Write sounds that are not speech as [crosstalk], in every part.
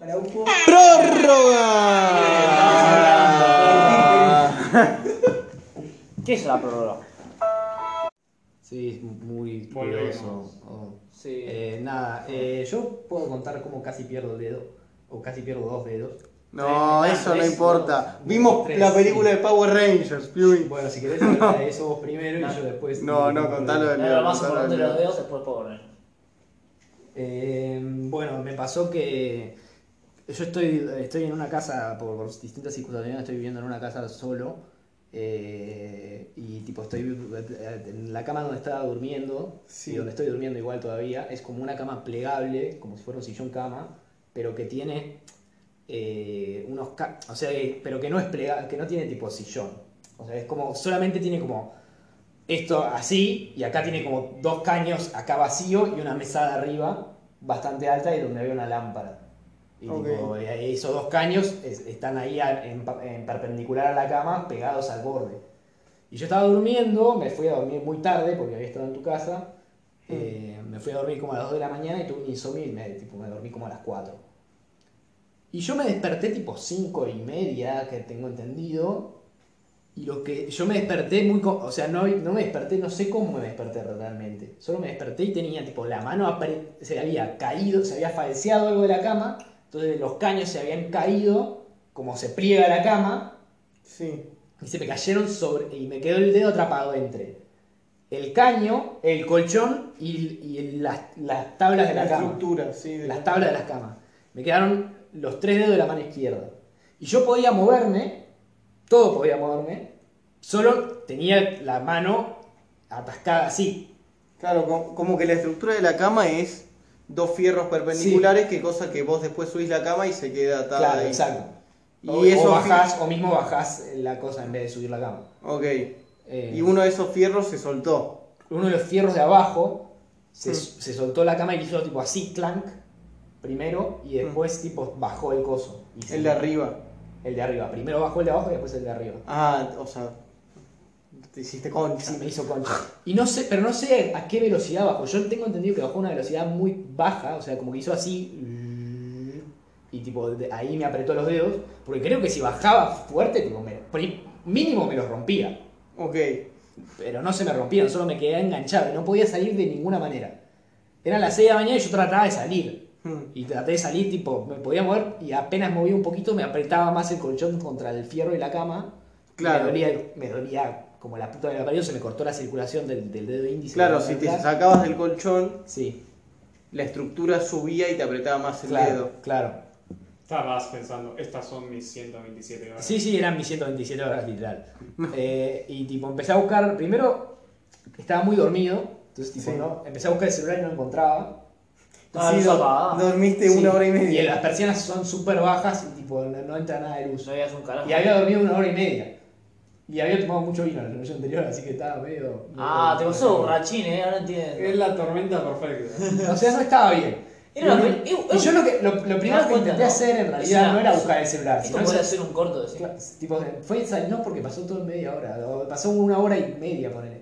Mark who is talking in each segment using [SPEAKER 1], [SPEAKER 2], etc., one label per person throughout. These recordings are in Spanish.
[SPEAKER 1] Araujo.
[SPEAKER 2] ¡Prórroga!
[SPEAKER 3] ¿Qué es la prórroga?
[SPEAKER 2] Sí, es muy
[SPEAKER 4] Volvemos.
[SPEAKER 2] curioso. Oh.
[SPEAKER 3] Sí.
[SPEAKER 2] Eh, nada, eh, yo puedo contar cómo casi pierdo el dedo. O casi pierdo dos dedos.
[SPEAKER 5] No,
[SPEAKER 2] Tres,
[SPEAKER 5] eso no
[SPEAKER 2] tres,
[SPEAKER 5] importa.
[SPEAKER 2] dos,
[SPEAKER 5] Vimos
[SPEAKER 2] tres,
[SPEAKER 5] la película
[SPEAKER 2] sí.
[SPEAKER 5] de Power Rangers, Piuí.
[SPEAKER 2] Bueno, si
[SPEAKER 5] [laughs]
[SPEAKER 2] querés hablar de eso vos primero y yo después.
[SPEAKER 5] No, no, contalo de
[SPEAKER 3] No,
[SPEAKER 5] nuevo,
[SPEAKER 3] lo más
[SPEAKER 5] contalo
[SPEAKER 3] importante
[SPEAKER 5] de
[SPEAKER 3] de los
[SPEAKER 5] nuevo.
[SPEAKER 3] dedos después puedo poner.
[SPEAKER 2] Eh, bueno, me pasó que yo estoy, estoy en una casa, por, por distintas circunstancias, estoy viviendo en una casa solo. eh, y tipo, estoy eh, en la cama donde estaba durmiendo,
[SPEAKER 5] Sí.
[SPEAKER 2] y donde estoy durmiendo igual todavía, es como una cama plegable, como si fuera un sillón cama, pero que tiene eh, unos... ca- O sea, que- pero que no es plegable, que no tiene tipo sillón. O sea, es como, solamente tiene como esto así, y acá tiene como dos caños acá vacío y una mesa de arriba bastante alta y donde había una lámpara. Y
[SPEAKER 5] Ok.
[SPEAKER 2] tipo, eh, esos dos caños es- están ahí a- en, pa- en perpendicular a la cama, pegados al borde. Y yo estaba durmiendo, me fui a dormir muy tarde porque había estado en tu casa. eh, me fui a dormir como a las 2 de la mañana y tuve un insomnio y me, tipo, me dormí como a las 4. Y yo me desperté tipo 5 y media, que tengo entendido. Y lo que yo me desperté muy... co- O sea, no, no me desperté, no sé cómo me desperté realmente. Solo me desperté y tenía tipo la mano... apre- Se había caído, se había falseado algo de la cama. Entonces los caños se habían caído, como se pliega la cama.
[SPEAKER 5] Sí.
[SPEAKER 2] Y se me cayeron sobre. Y me quedó el dedo atrapado entre el caño, el colchón y, y las, las tablas de la,
[SPEAKER 5] La
[SPEAKER 2] cama.
[SPEAKER 5] estructura, sí. de-
[SPEAKER 2] Las tablas de las camas. Me quedaron los tres dedos de la mano izquierda. Y yo podía moverme, todo podía moverme, solo tenía la mano atascada así.
[SPEAKER 5] Claro, co- como que la estructura de la cama es dos fierros perpendiculares, que cosa que vos después subís la cama y se queda atada
[SPEAKER 2] Claro,
[SPEAKER 5] ahí. Oh,
[SPEAKER 2] exacto.
[SPEAKER 5] Y
[SPEAKER 2] o,
[SPEAKER 5] eso
[SPEAKER 2] o bajás, o mismo bajás la cosa en vez de subir la cama.
[SPEAKER 5] Ok.
[SPEAKER 2] Eh,
[SPEAKER 5] Y uno de esos fierros se soltó.
[SPEAKER 2] uno de los fierros de abajo se,
[SPEAKER 5] Mm.
[SPEAKER 2] se soltó la cama y hizo tipo así, clank, primero, y después tipo bajó el coso. Y se-
[SPEAKER 5] Mm. El de arriba.
[SPEAKER 2] El de arriba. Primero bajó el de abajo y después el de arriba.
[SPEAKER 5] Ah, o sea. Te hiciste concha.
[SPEAKER 2] Sí, me hizo concha. Y no sé, pero no sé a qué velocidad bajó. Yo tengo entendido que bajó a una velocidad muy baja, o sea, como que hizo así. Y tipo, de- ahí me apretó los dedos. Porque creo que si bajaba fuerte, tipo, me- pri- mínimo me los rompía.
[SPEAKER 5] Ok.
[SPEAKER 2] pero no se me rompieron, solo me quedé enganchado y no podía salir de ninguna manera. Eran las 6 de la mañana y yo trataba de salir.
[SPEAKER 5] Hmm.
[SPEAKER 2] Y traté de salir, tipo, me podía mover y apenas moví un poquito, me apretaba más el colchón contra el fierro y la cama.
[SPEAKER 5] Claro.
[SPEAKER 2] Me dolía, el- me dolía como la puta de la pared, se me cortó la circulación del, del dedo índice.
[SPEAKER 5] Claro,
[SPEAKER 2] del
[SPEAKER 5] si te
[SPEAKER 2] pulgar.
[SPEAKER 5] sacabas del colchón,
[SPEAKER 2] Sí,
[SPEAKER 5] la estructura subía y te apretaba más el
[SPEAKER 2] claro,
[SPEAKER 5] dedo.
[SPEAKER 2] claro.
[SPEAKER 4] Estabas pensando, estas son mis 127 horas.
[SPEAKER 2] Sí, sí, eran mis 127 horas literal.
[SPEAKER 5] [laughs]
[SPEAKER 2] Eh, y tipo, empecé a buscar, primero estaba muy dormido, entonces tipo,
[SPEAKER 5] Sí.
[SPEAKER 2] no, empecé a buscar el celular y no lo encontraba.
[SPEAKER 3] Ah,
[SPEAKER 5] Sí,
[SPEAKER 3] no,
[SPEAKER 5] do-
[SPEAKER 3] apagada.
[SPEAKER 5] dormiste
[SPEAKER 2] Sí,
[SPEAKER 5] una hora y media.
[SPEAKER 2] las persianas son súper bajas y tipo, no, no entra nada de luz.
[SPEAKER 3] No veías un carajo.
[SPEAKER 2] Y había dormido una hora y media. Y había tomado mucho vino la noche anterior, así que estaba medio.
[SPEAKER 3] Ah, te
[SPEAKER 2] medio-
[SPEAKER 3] pasó borrachín, eh, ahora entiendo.
[SPEAKER 4] Es la tormenta perfecta.
[SPEAKER 2] O sea, no estaba bien.
[SPEAKER 3] Era una-
[SPEAKER 2] y,
[SPEAKER 3] eh,
[SPEAKER 2] y yo lo, que, lo, lo
[SPEAKER 3] ¿Te
[SPEAKER 2] primero
[SPEAKER 3] das
[SPEAKER 2] que
[SPEAKER 3] cuenta,
[SPEAKER 2] intenté
[SPEAKER 3] no?
[SPEAKER 2] hacer en
[SPEAKER 3] Es
[SPEAKER 2] realidad
[SPEAKER 3] una-
[SPEAKER 2] no era buscar el celular.
[SPEAKER 3] Esto
[SPEAKER 2] sino
[SPEAKER 3] puede
[SPEAKER 2] hacer-
[SPEAKER 3] hacer un corto de
[SPEAKER 2] Claro, tipo, fue esa- no porque pasó todo en media hora, o pasó una hora y media, ponele.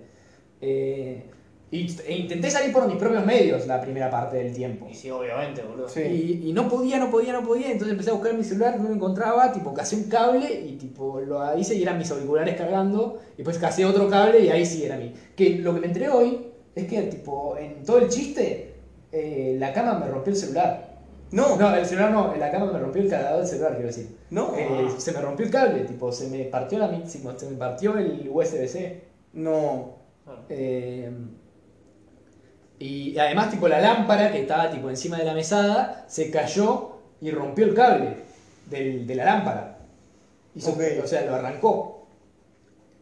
[SPEAKER 2] Eh, y- e intenté salir por mis propios medios la primera parte del tiempo.
[SPEAKER 3] Y sí, obviamente, boludo.
[SPEAKER 5] Sí.
[SPEAKER 2] Y, y no podía, no podía, no podía. Entonces empecé a buscar mi celular, no lo encontraba. Tipo, casé un cable y tipo lo hice y eran mis auriculares cargando. Y después casé otro cable y ahí sí era mí. Que lo que me enteré hoy es que, tipo, en todo el chiste, eh, la cama me rompió el celular.
[SPEAKER 5] No, no.
[SPEAKER 2] No, el celular no, en la cama me rompió el cargador del celular, quiero decir.
[SPEAKER 5] No.
[SPEAKER 2] Eh, se me rompió el cable, tipo, se me partió la mi- se me- se me partió el USB-C.
[SPEAKER 3] Claro.
[SPEAKER 2] Eh, y además, tipo, la lámpara que estaba tipo encima de la mesada se cayó y rompió el cable del- de la lámpara. Hizo-
[SPEAKER 5] Ok.
[SPEAKER 2] O sea, lo arrancó.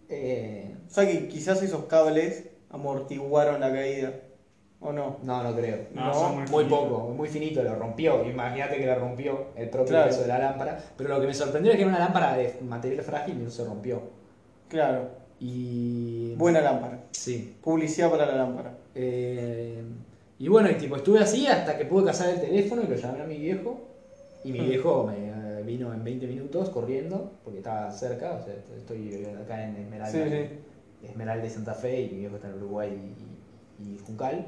[SPEAKER 2] Eh,
[SPEAKER 5] O sea que quizás esos cables amortiguaron la caída. ¿O no?
[SPEAKER 2] no, no creo.
[SPEAKER 4] No,
[SPEAKER 5] No,
[SPEAKER 4] son muy,
[SPEAKER 2] Muy
[SPEAKER 4] finitos.
[SPEAKER 2] poco, muy finito, lo rompió. Imagínate que lo rompió el propio
[SPEAKER 5] Claro.
[SPEAKER 2] peso de la lámpara. Pero lo que me sorprendió es que era una lámpara de material frágil y no se rompió.
[SPEAKER 5] Claro.
[SPEAKER 2] Y.
[SPEAKER 5] Buena lámpara.
[SPEAKER 2] Sí.
[SPEAKER 5] Publicidad para la lámpara.
[SPEAKER 2] Eh, y bueno, y tipo, estuve así hasta que pude casar el teléfono y lo llamé a mi viejo. Y
[SPEAKER 5] Mm.
[SPEAKER 2] mi viejo me eh, vino en 20 minutos corriendo, porque estaba cerca, o sea, estoy eh, acá en Esmeralda,
[SPEAKER 5] Sí,
[SPEAKER 2] Esmeralda de Santa Fe y mi viejo está en Uruguay y, y Juncal.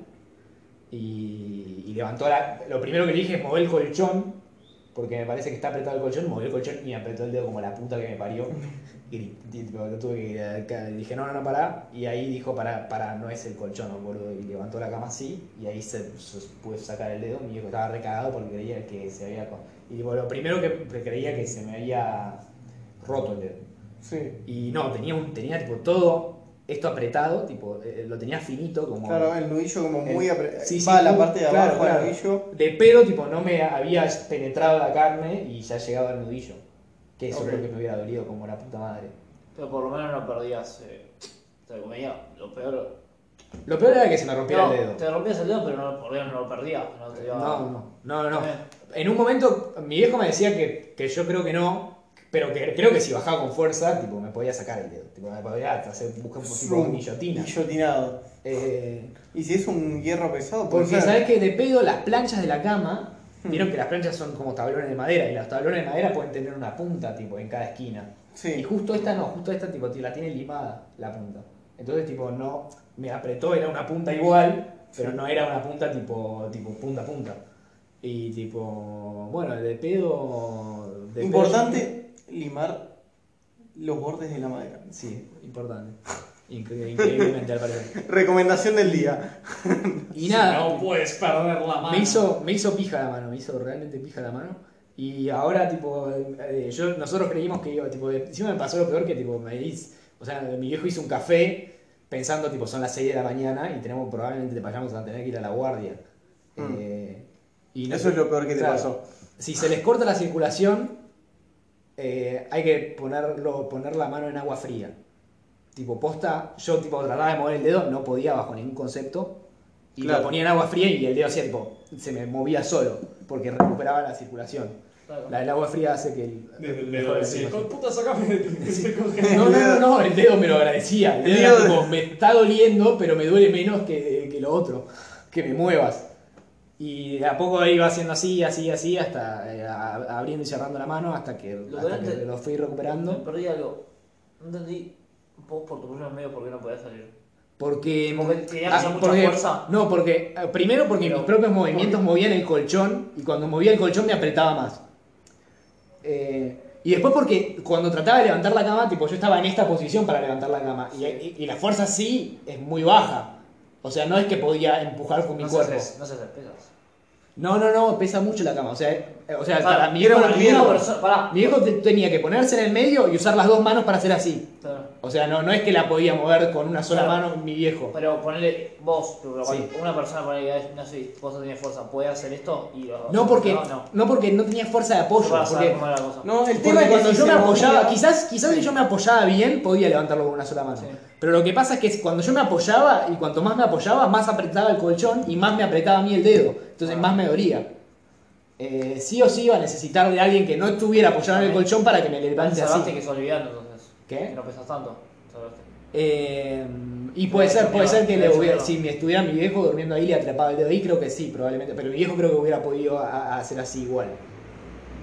[SPEAKER 2] Y, y levantó la... Lo primero que le dije es mover el colchón porque me parece que está apretado el colchón, movió el colchón y me apretó el dedo como la puta que me parió. Y grité, tipo, yo tuve que ir acá, y dije, no, no, no, pará. Y ahí dijo, pará, pará, no es el colchón, boludo. Y levantó la cama así y ahí se, se pude sacar el dedo. Mi viejo estaba recagado porque creía que se había... co- Y tipo, lo primero que creía que se me había roto el dedo.
[SPEAKER 5] Sí.
[SPEAKER 2] Y no, tenía, un, tenía tipo todo esto apretado, tipo, eh, lo tenía finito como...
[SPEAKER 5] Claro, el nudillo como muy
[SPEAKER 2] El-
[SPEAKER 5] apretado.
[SPEAKER 2] Sí, sí,
[SPEAKER 5] Va a la
[SPEAKER 2] muy-
[SPEAKER 5] parte de
[SPEAKER 2] claro,
[SPEAKER 5] abajo del
[SPEAKER 2] claro.
[SPEAKER 5] nudillo.
[SPEAKER 2] De pedo, tipo, no me había penetrado la carne y ya llegaba al nudillo. Que eso
[SPEAKER 5] Ok.
[SPEAKER 2] creo que me hubiera dolido como la puta madre.
[SPEAKER 3] Pero por lo menos no perdías. Eh, te comía. Lo peor.
[SPEAKER 2] Lo peor era que se me rompiera
[SPEAKER 3] No,
[SPEAKER 2] el dedo.
[SPEAKER 3] te rompías el dedo, pero no, por Dios no lo perdías. No te iba-
[SPEAKER 2] No, no, no, no.
[SPEAKER 3] Eh.
[SPEAKER 2] En un momento, mi viejo me decía que, que yo creo que no, pero que creo que si bajaba con fuerza, tipo, me podía sacar el dedo. Tipo, me podía hacer, buscar un tipo de
[SPEAKER 5] Zoom.
[SPEAKER 2] guillotina.
[SPEAKER 5] Guillotinado.
[SPEAKER 2] Eh,
[SPEAKER 5] Y si es un hierro pesado, puede
[SPEAKER 2] Porque
[SPEAKER 5] ser.
[SPEAKER 2] sabes que de pedo las planchas de la cama, vieron que las planchas son como tablones de madera y los tablones de madera pueden tener una punta tipo en cada esquina. Y
[SPEAKER 5] Sí.
[SPEAKER 2] justo esta no, justo esta tipo la tiene limada la punta. Entonces tipo no me apretó, era una punta igual, pero no era una punta tipo tipo punta punta. Y tipo, bueno, de pedo de pedo-
[SPEAKER 5] Importante limar los bordes de la madera. [laughs]
[SPEAKER 2] sí, importante. Incre- increíblemente al parecer.
[SPEAKER 5] Recomendación del día.
[SPEAKER 2] Y nada,
[SPEAKER 4] No puedes perder la mano.
[SPEAKER 2] Me hizo, me hizo pija la mano, me hizo realmente pija la mano. Y ahora, tipo, eh, yo, nosotros creímos que iba, tipo, encima me pasó lo peor que, tipo, me hiz- o sea, mi viejo hizo un café pensando, tipo, son las 6 de la mañana y tenemos, probablemente te vayamos a tener que ir a la guardia.
[SPEAKER 5] Mm.
[SPEAKER 2] Eh, y no-
[SPEAKER 5] Eso es lo peor que te
[SPEAKER 2] claro,
[SPEAKER 5] pasó.
[SPEAKER 2] Si se les corta la circulación, eh, hay que ponerlo, poner la mano en agua fría. Tipo, posta, yo, tipo, trataba de mover el dedo, no podía bajo ningún concepto. Y
[SPEAKER 5] Claro.
[SPEAKER 2] lo ponía en agua fría y el dedo hacía tipo, se me movía solo, porque recuperaba la circulación.
[SPEAKER 3] Claro.
[SPEAKER 2] La del agua fría hace que el.
[SPEAKER 4] Desde el
[SPEAKER 2] mejora
[SPEAKER 4] dedo
[SPEAKER 2] la
[SPEAKER 4] decía,
[SPEAKER 2] circulación.
[SPEAKER 4] "Con puta, sacame de ti. Se coge.
[SPEAKER 2] No, no, no, no, el dedo me lo agradecía. El
[SPEAKER 5] El
[SPEAKER 2] dedo era
[SPEAKER 5] dedo-
[SPEAKER 2] tipo, me está doliendo, pero me duele menos que, que lo otro, que me muevas. Y de a poco iba haciendo así, así, así, hasta eh, a- abriendo y cerrando la mano hasta que
[SPEAKER 3] Lo
[SPEAKER 2] hasta
[SPEAKER 3] grande-
[SPEAKER 2] que lo fui
[SPEAKER 3] Me
[SPEAKER 2] recuperando.
[SPEAKER 3] perdí algo. No entendí. Vos por tu propio medio, ¿por qué no podías salir?
[SPEAKER 2] Porque. ah,
[SPEAKER 3] Porque tenía que hacer mucha
[SPEAKER 2] porque-
[SPEAKER 3] fuerza.
[SPEAKER 2] No, porque. eh, Primero porque mis propios movimientos movían el colchón. Y cuando movía el colchón me apretaba más. Eh, y después porque cuando trataba de levantar la cama, tipo, yo estaba en esta posición para levantar la cama. Y, y- y la fuerza sí es muy baja. O sea, no es que podía empujar con mi
[SPEAKER 3] no se
[SPEAKER 2] cuerpo.
[SPEAKER 3] haces- no se haces pesas.
[SPEAKER 2] No, no, no, pesa mucho la cama. O sea, eh, o sea,
[SPEAKER 3] Claro,
[SPEAKER 2] para mi
[SPEAKER 5] era
[SPEAKER 2] hijo,
[SPEAKER 5] un
[SPEAKER 2] mi hijo-
[SPEAKER 5] riesgo.
[SPEAKER 3] persona- pará.
[SPEAKER 2] mi hijo te- tenía que ponerse en el medio y usar las dos manos para hacer así.
[SPEAKER 3] Claro.
[SPEAKER 2] O sea, no, no es que la podía mover con una sola
[SPEAKER 3] Claro.
[SPEAKER 2] mano mi viejo.
[SPEAKER 3] Pero ponele vos, pero
[SPEAKER 2] Sí.
[SPEAKER 3] una persona ponele que no sé, vos no tenías fuerza, ¿podés hacer esto? Y lo-
[SPEAKER 2] No porque
[SPEAKER 3] No,
[SPEAKER 2] no,
[SPEAKER 3] no.
[SPEAKER 2] porque no tenía fuerza de apoyo.
[SPEAKER 3] Para saber
[SPEAKER 2] porque-
[SPEAKER 3] cómo era la cosa.
[SPEAKER 5] No, el
[SPEAKER 2] Porque
[SPEAKER 5] tema es que
[SPEAKER 2] cuando
[SPEAKER 5] si
[SPEAKER 2] yo
[SPEAKER 5] se
[SPEAKER 2] me apoyaba,
[SPEAKER 5] movía-
[SPEAKER 2] quizás, quizás si yo me apoyaba bien, podía levantarlo con una sola mano.
[SPEAKER 3] Sí.
[SPEAKER 2] Pero lo que pasa es que cuando yo me apoyaba, y cuanto más me apoyaba, más apretaba el colchón y más me apretaba a mí el dedo. Entonces
[SPEAKER 3] Ah.
[SPEAKER 2] más me dolía. Eh, sí o sí iba a necesitar de alguien que no estuviera apoyado en el
[SPEAKER 3] También.
[SPEAKER 2] colchón para que me levante
[SPEAKER 3] Salvaste
[SPEAKER 2] así.
[SPEAKER 3] que sos liviano entonces.
[SPEAKER 2] ¿Qué?
[SPEAKER 3] Que no pesas tanto. Salvaste.
[SPEAKER 2] Eh, y puede
[SPEAKER 3] Te
[SPEAKER 2] ser, puede
[SPEAKER 3] desunió,
[SPEAKER 2] ser que
[SPEAKER 3] te
[SPEAKER 2] le hubiera,
[SPEAKER 3] desunió.
[SPEAKER 2] si me estuviera mi viejo durmiendo ahí, le atrapaba el dedo ahí, creo que sí, probablemente. Pero mi viejo creo que hubiera podido a- a hacer así igual.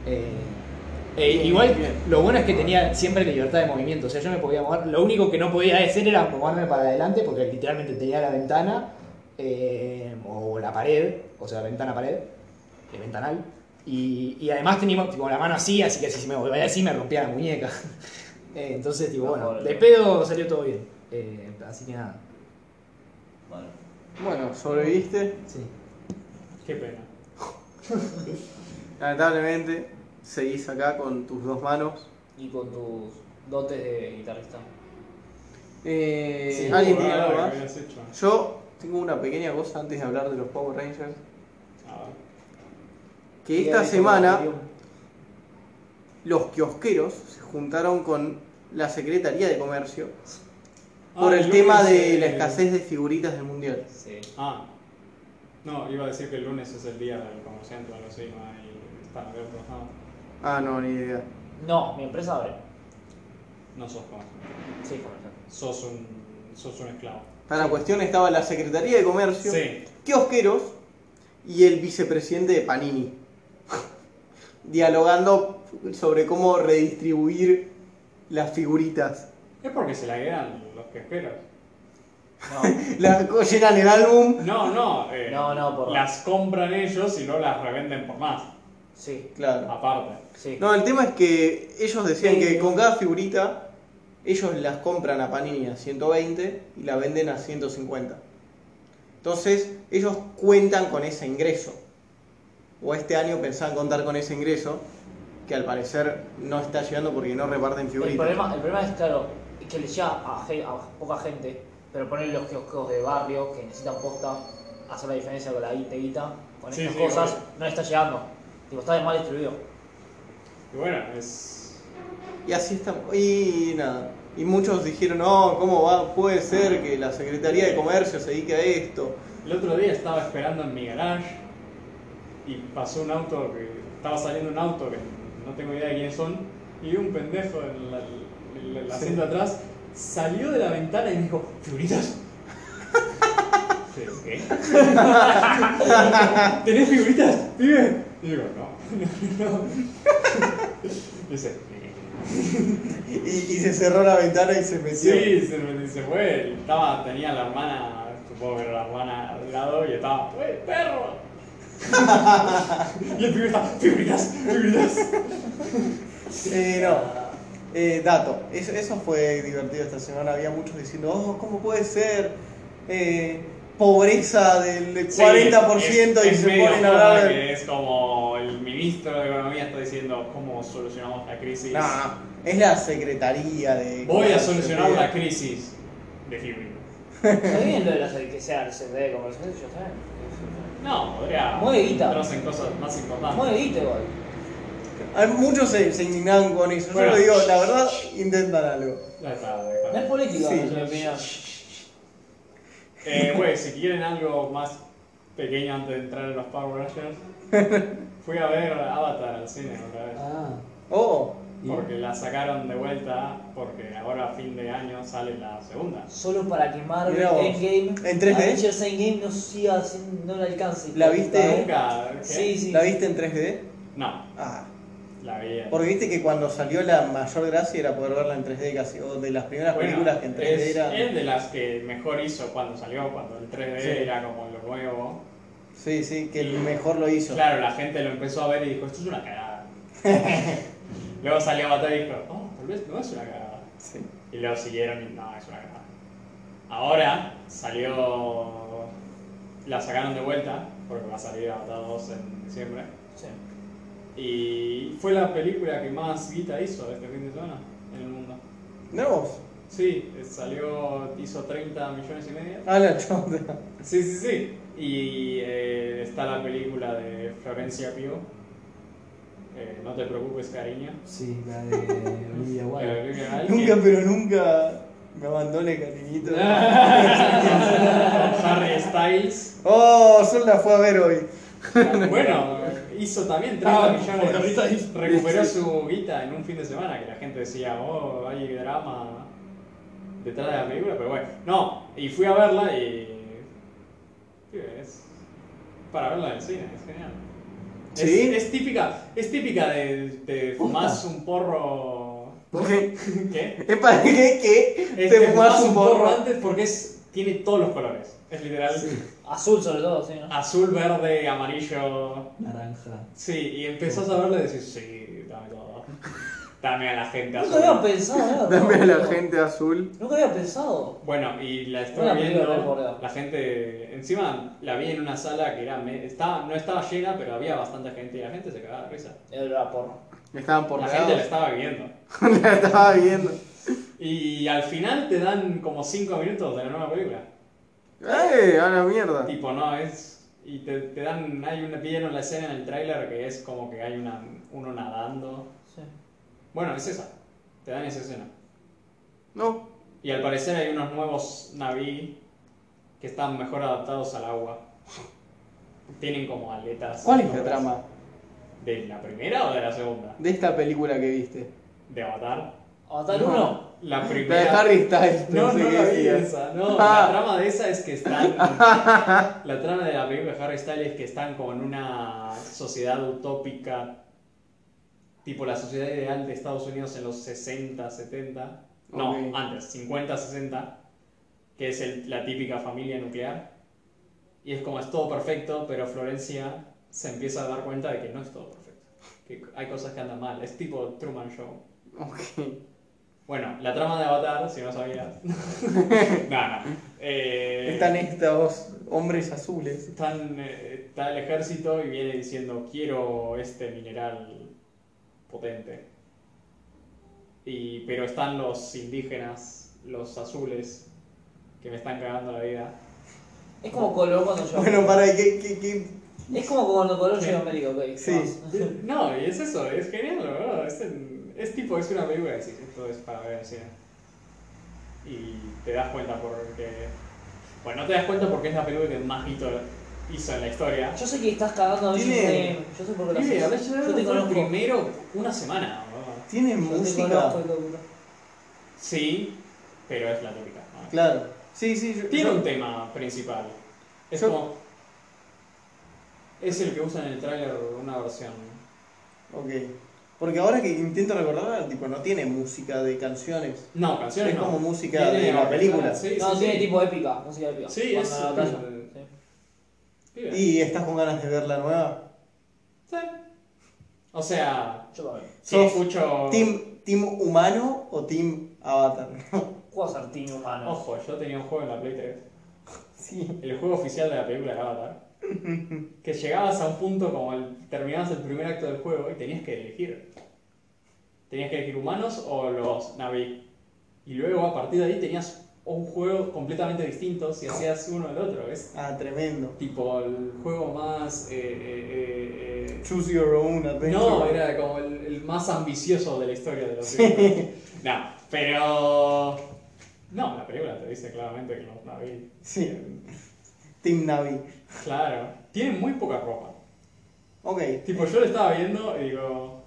[SPEAKER 2] Eh, eh,
[SPEAKER 5] Bien,
[SPEAKER 2] igual,
[SPEAKER 5] bien.
[SPEAKER 2] lo bueno es que tenía siempre libertad de movimiento, o sea, yo me podía mover. Lo único que no podía hacer era moverme para adelante, porque literalmente tenía la ventana eh, o la pared, o sea, ventana-pared, eh, ventanal. Y, y además teníamos tipo, la mano así, así que si me movía así me rompía la muñeca. [laughs] Eh, entonces, tipo,
[SPEAKER 3] No,
[SPEAKER 2] bueno,
[SPEAKER 3] pobre.
[SPEAKER 2] de pedo salió todo bien. Eh, así que nada,
[SPEAKER 3] Bueno.
[SPEAKER 5] Bueno, sobreviviste.
[SPEAKER 2] sí.
[SPEAKER 4] Qué pena.
[SPEAKER 5] Lamentablemente, seguís acá con tus dos manos.
[SPEAKER 3] Y con tus dotes de guitarrista.
[SPEAKER 5] Eh,
[SPEAKER 2] Sí,
[SPEAKER 5] ¿Alguien
[SPEAKER 4] Por
[SPEAKER 5] tiene
[SPEAKER 4] ahora
[SPEAKER 5] algo
[SPEAKER 4] que
[SPEAKER 5] más?
[SPEAKER 4] habías hecho.
[SPEAKER 5] Yo tengo una pequeña cosa antes de hablar de los Power Rangers.
[SPEAKER 4] A ver.
[SPEAKER 5] Que esta
[SPEAKER 3] este
[SPEAKER 5] semana los kiosqueros se juntaron con la Secretaría de Comercio por
[SPEAKER 4] Ah,
[SPEAKER 5] el
[SPEAKER 4] lunes,
[SPEAKER 5] tema de
[SPEAKER 4] eh,
[SPEAKER 5] la escasez de figuritas del mundial.
[SPEAKER 3] Sí.
[SPEAKER 4] Ah. No, iba a decir que el lunes es el día del comerciante o algo así, no hay. Están abiertos, nada.
[SPEAKER 5] Ah, no, ni idea.
[SPEAKER 3] No, mi empresa abre.
[SPEAKER 4] No sos comerciante.
[SPEAKER 3] Sí, por ejemplo.
[SPEAKER 4] Sos un. sos un esclavo.
[SPEAKER 5] Para la cuestión estaba la Secretaría de Comercio,
[SPEAKER 4] Sí.
[SPEAKER 5] kiosqueros y el vicepresidente de Panini. [laughs] Dialogando sobre cómo redistribuir las figuritas.
[SPEAKER 4] Es porque se la quedan los que esperan.
[SPEAKER 2] [laughs]
[SPEAKER 3] No,
[SPEAKER 5] Las co- llenan el álbum
[SPEAKER 4] No, no. eh,
[SPEAKER 3] No, no, por-
[SPEAKER 4] Las compran ellos y no las revenden por más.
[SPEAKER 3] Sí,
[SPEAKER 5] Claro.
[SPEAKER 4] Aparte.
[SPEAKER 3] sí.
[SPEAKER 5] No, el tema es que ellos decían
[SPEAKER 3] Sí,
[SPEAKER 5] que
[SPEAKER 3] sí.
[SPEAKER 5] con cada figurita ellos las compran a Panini a 120 y la venden a 150. Entonces ellos cuentan con ese ingreso. O este año pensaban contar con ese ingreso que al parecer no está llegando porque no reparten
[SPEAKER 3] el,
[SPEAKER 5] figuritas.
[SPEAKER 3] problema, el problema es, claro, es que le llega a, ge- a poca gente, pero poner los kioscos de barrio que necesitan posta, hacer la diferencia con la guita, y guita, con
[SPEAKER 4] Sí,
[SPEAKER 3] estas
[SPEAKER 4] sí,
[SPEAKER 3] cosas,
[SPEAKER 4] obvio.
[SPEAKER 3] no le está llegando. Tipo, está mal distribuido.
[SPEAKER 4] Y bueno, es.
[SPEAKER 5] Y así está. Y nada. Y muchos dijeron, no, ¿cómo va? puede ser que la Secretaría de Comercio se dedique a esto? [laughs]
[SPEAKER 4] El otro día estaba esperando en mi garage y pasó un auto que. Estaba saliendo un auto que no tengo idea de quiénes son y vi un pendejo en la- en el asiento de atrás, salió de la ventana y me dijo: ¿Figuritas? Pero, ¿Qué? [laughs] ¿Tenés figuritas, pibe? Y digo, no. [laughs] no, no". Dice,
[SPEAKER 5] Y, y se cerró la ventana y se metió.
[SPEAKER 4] Sí, se, me- se fue. Estaba, tenía la hermana, supongo que era la hermana al lado y estaba, ¡eh, perro! y el pibe estaba, ¡figuritas! ¡figuritas!
[SPEAKER 5] Eh, no. Eh, dato, eso, eso fue divertido esta semana. Había muchos diciendo, oh, ¿cómo puede ser? Eh, pobreza del del 40%
[SPEAKER 4] es-
[SPEAKER 5] y
[SPEAKER 4] es
[SPEAKER 5] se
[SPEAKER 4] medio
[SPEAKER 5] ponen a
[SPEAKER 4] joda
[SPEAKER 5] hablar.
[SPEAKER 4] que Es como el ministro de Economía está diciendo, ¿cómo solucionamos la crisis?
[SPEAKER 5] No, no, es la secretaría de.
[SPEAKER 4] Voy a solucionar la crisis de fibra.
[SPEAKER 3] Está bien lo de las que sea el CD de conversación, yo está bien.
[SPEAKER 4] No, podría
[SPEAKER 3] Mueve guita.
[SPEAKER 4] centrarse en cosas más importantes.
[SPEAKER 3] Muy edito igual.
[SPEAKER 5] Hay Muchos se, se indignaban con eso.
[SPEAKER 4] Bueno.
[SPEAKER 5] Yo lo digo, la verdad, intentan algo.
[SPEAKER 4] Ya está, ya
[SPEAKER 3] No
[SPEAKER 4] está.
[SPEAKER 3] es política,
[SPEAKER 5] Sí.
[SPEAKER 3] en realidad.
[SPEAKER 4] Eh, güey, si quieren algo más pequeño antes de entrar en los Power Rangers,
[SPEAKER 5] [laughs]
[SPEAKER 4] fui a ver Avatar al cine otra vez.
[SPEAKER 2] Ah,
[SPEAKER 5] Oh,
[SPEAKER 4] Porque la sacaron de vuelta, porque ahora a fin de año sale la segunda.
[SPEAKER 3] Solo para que Marvel
[SPEAKER 5] Mirá vos.
[SPEAKER 3] Endgame,
[SPEAKER 5] ¿En 3D?
[SPEAKER 3] Avengers Endgame no siga sin- no le alcance.
[SPEAKER 5] ¿La viste?
[SPEAKER 4] Nunca. ¿qué?
[SPEAKER 3] Sí, sí.
[SPEAKER 5] ¿la viste en 3D?
[SPEAKER 4] No,
[SPEAKER 5] Ah,
[SPEAKER 4] la vi. en-
[SPEAKER 5] porque viste que cuando salió la mayor gracia era poder verla en 3D casi, o de las primeras
[SPEAKER 4] Bueno,
[SPEAKER 5] películas que en 3D
[SPEAKER 4] es,
[SPEAKER 5] era.
[SPEAKER 4] es de las que mejor hizo cuando salió, cuando el 3D
[SPEAKER 5] Sí.
[SPEAKER 4] era como lo nuevo.
[SPEAKER 5] Sí, sí, que el mejor lo hizo.
[SPEAKER 4] Claro, la gente lo empezó a ver y dijo, esto es
[SPEAKER 5] [laughs]
[SPEAKER 4] una cagada. luego salió Avatar y dijo, oh, tal vez no es una cagada.
[SPEAKER 5] Sí.
[SPEAKER 4] Y luego siguieron y no, es una cagada. Ahora salió. La sacaron de vuelta, porque va a salir Avatar 2 en diciembre.
[SPEAKER 3] Sí.
[SPEAKER 4] Y fue la película que más guita hizo este fin de semana en el mundo.
[SPEAKER 5] Mirá vos.
[SPEAKER 4] Sí, eh, salió, hizo 30 millones y medio.
[SPEAKER 5] Ah, la chonda.
[SPEAKER 4] Sí, sí, sí. Y eh, está la película de Florencia Pio. eh, no te preocupes, cariño.
[SPEAKER 2] sí, la de Olivia
[SPEAKER 4] Eh,
[SPEAKER 2] Wilde.
[SPEAKER 5] Nunca,
[SPEAKER 4] Olivia Wilde, que-
[SPEAKER 5] pero nunca me abandone, cariñito.
[SPEAKER 4] Ah. con [laughs] Harry Styles.
[SPEAKER 5] Oh, Sol la fue a ver hoy.
[SPEAKER 4] [laughs] Bueno, hizo también 30
[SPEAKER 2] Ah,
[SPEAKER 4] millones. Recuperó su guita en un fin de semana que la gente decía, oh, hay drama detrás de la película, pero bueno. No, y fui a verla y. pibe, es para verla en el cine, es genial. Es-
[SPEAKER 5] ¿Sí?
[SPEAKER 4] Es, típica, es típica de, de fumás un porro.
[SPEAKER 5] [laughs]
[SPEAKER 4] ¿Qué?
[SPEAKER 5] Es para que, que
[SPEAKER 4] Es
[SPEAKER 5] te
[SPEAKER 4] de
[SPEAKER 5] fumas un porro.
[SPEAKER 4] antes porque es, tiene todos los colores. Es literal
[SPEAKER 3] Azul sobre todo, sí,
[SPEAKER 5] Ah,
[SPEAKER 3] ¿no?
[SPEAKER 4] azul, verde, amarillo.
[SPEAKER 2] Naranja.
[SPEAKER 4] Sí, y empezás a verla y decís, sí, dame todo. [laughs] Dame a la gente
[SPEAKER 3] Nunca había
[SPEAKER 4] azul.
[SPEAKER 3] pensado nada.
[SPEAKER 5] [laughs] Dame a la
[SPEAKER 3] boludo.
[SPEAKER 5] gente azul.
[SPEAKER 3] Nunca había pensado.
[SPEAKER 4] Bueno, y la estoy
[SPEAKER 3] Una película de
[SPEAKER 4] viendo,
[SPEAKER 3] Bordeaux.
[SPEAKER 4] la gente, encima la vi en una sala que era, me- estaba, no estaba llena, pero había bastante gente y la gente se cagaba de risa.
[SPEAKER 3] Era porno.
[SPEAKER 5] Estaban por
[SPEAKER 4] la
[SPEAKER 5] la
[SPEAKER 4] gente la estaba viviendo.
[SPEAKER 5] [laughs] La estaba viendo.
[SPEAKER 4] Y al final te dan como 5 minutos de la nueva película.
[SPEAKER 5] ¡Eh! A la mierda.
[SPEAKER 4] Tipo, no, es... Y te, te dan, hay una, vieron la escena en el tráiler que es como que hay una, uno nadando.
[SPEAKER 3] Sí.
[SPEAKER 4] Bueno, es esa. Te dan esa escena.
[SPEAKER 5] No.
[SPEAKER 4] Y al parecer hay unos nuevos naví que están mejor adaptados al agua. Tienen como aletas.
[SPEAKER 5] ¿Cuál es la
[SPEAKER 4] ¿no?
[SPEAKER 5] trama
[SPEAKER 4] ¿De la primera o de la segunda?
[SPEAKER 5] de esta película que viste?
[SPEAKER 4] ¿De Avatar?
[SPEAKER 3] Avatar
[SPEAKER 5] No.
[SPEAKER 3] 1.
[SPEAKER 4] La
[SPEAKER 5] La de
[SPEAKER 4] primera.
[SPEAKER 5] Harry Styles.
[SPEAKER 4] No,
[SPEAKER 5] pensé
[SPEAKER 4] no
[SPEAKER 5] que
[SPEAKER 4] la vi
[SPEAKER 5] decías.
[SPEAKER 4] esa. No,
[SPEAKER 5] Ah.
[SPEAKER 4] la trama de esa es
[SPEAKER 5] [laughs]
[SPEAKER 4] que están. la trama de la película de Harry Styles es que están como en una sociedad utópica. Tipo la sociedad ideal de Estados Unidos en los 60, 70. No,
[SPEAKER 5] Ok.
[SPEAKER 4] antes, 50, 60. Que es el- la típica familia nuclear. Y es como es todo perfecto, pero Florencia se empieza a dar cuenta de que no es todo perfecto. que hay cosas que andan mal. Es tipo Truman Show.
[SPEAKER 5] Ok.
[SPEAKER 4] Bueno, la trama de Avatar, si no sabías. Nada. Eh,
[SPEAKER 5] Están estos hombres azules.
[SPEAKER 4] están, eh, está el ejército y viene diciendo quiero este mineral potente. Y, pero están los indígenas, los azules, que me están cagando la vida.
[SPEAKER 3] Es como Colón cuando yo.
[SPEAKER 5] Bueno, para ¿qué, qué, qué?
[SPEAKER 3] Es como cuando Colón llegó a América, ok.
[SPEAKER 5] Sí.
[SPEAKER 3] vamos.
[SPEAKER 4] No, y es eso, es genial, la verdad. Es, en- es tipo, es una película de cine, esto es para ver en cine. Y te das cuenta porque... Bueno, no te das cuenta porque es la película que más hito hizo en la historia.
[SPEAKER 3] Yo sé que estás cagando a veces.
[SPEAKER 5] Tiene-
[SPEAKER 3] eh, Yo sé por qué lo
[SPEAKER 4] Sí,
[SPEAKER 3] haces.
[SPEAKER 4] habrá llegado
[SPEAKER 3] Yo te conozco.
[SPEAKER 4] primero una semana. ¿no?
[SPEAKER 5] Tiene
[SPEAKER 3] Yo te
[SPEAKER 5] música.
[SPEAKER 3] conozco, hijo de puta.
[SPEAKER 4] Sí, pero es la tópica. ¿no?
[SPEAKER 5] Claro. Sí, sí. yo-
[SPEAKER 4] Tiene
[SPEAKER 5] yo-
[SPEAKER 4] un tema principal. Es
[SPEAKER 5] Yo-
[SPEAKER 4] como. Es el que usa en el tráiler una versión.
[SPEAKER 5] Ok. Porque ahora que intento recordar, tipo, no tiene música de canciones.
[SPEAKER 4] No, canciones
[SPEAKER 5] Es
[SPEAKER 4] no.
[SPEAKER 5] como música de la película.
[SPEAKER 4] Sí,
[SPEAKER 3] No,
[SPEAKER 4] sí,
[SPEAKER 3] tiene
[SPEAKER 4] sí.
[SPEAKER 3] tipo épica, música épica.
[SPEAKER 4] Sí,
[SPEAKER 3] Cuando
[SPEAKER 4] es.
[SPEAKER 3] la batalla.
[SPEAKER 4] eh,
[SPEAKER 3] Sí.
[SPEAKER 4] pibe.
[SPEAKER 5] ¿Y estás con ganas de ver la nueva?
[SPEAKER 4] Sí. O sea,
[SPEAKER 3] Yo también.
[SPEAKER 4] si
[SPEAKER 5] Sos
[SPEAKER 4] escucho.
[SPEAKER 5] ¿Team, team humano o team avatar? [laughs]
[SPEAKER 3] Juego Sartini humano.
[SPEAKER 4] Ojo, yo tenía un juego en la Play 3.
[SPEAKER 5] sí.
[SPEAKER 4] el juego oficial de la película de Avatar, que llegabas a un punto como el- terminabas el primer acto del juego y tenías que elegir. Tenías que elegir humanos o los Navi. Y luego a partir de ahí tenías un juego completamente distinto si hacías uno del otro. Es
[SPEAKER 5] Ah, tremendo.
[SPEAKER 4] tipo el juego más... eh, eh, eh, eh,
[SPEAKER 5] Choose your own adventure.
[SPEAKER 4] no, era como el, el más ambicioso de la historia de los películas. No, pero... No, la película te dice claramente que los Navi...
[SPEAKER 5] Sí. Team Navi.
[SPEAKER 4] Claro. Tienen muy poca ropa.
[SPEAKER 5] Ok.
[SPEAKER 4] Tipo, yo lo estaba viendo y digo.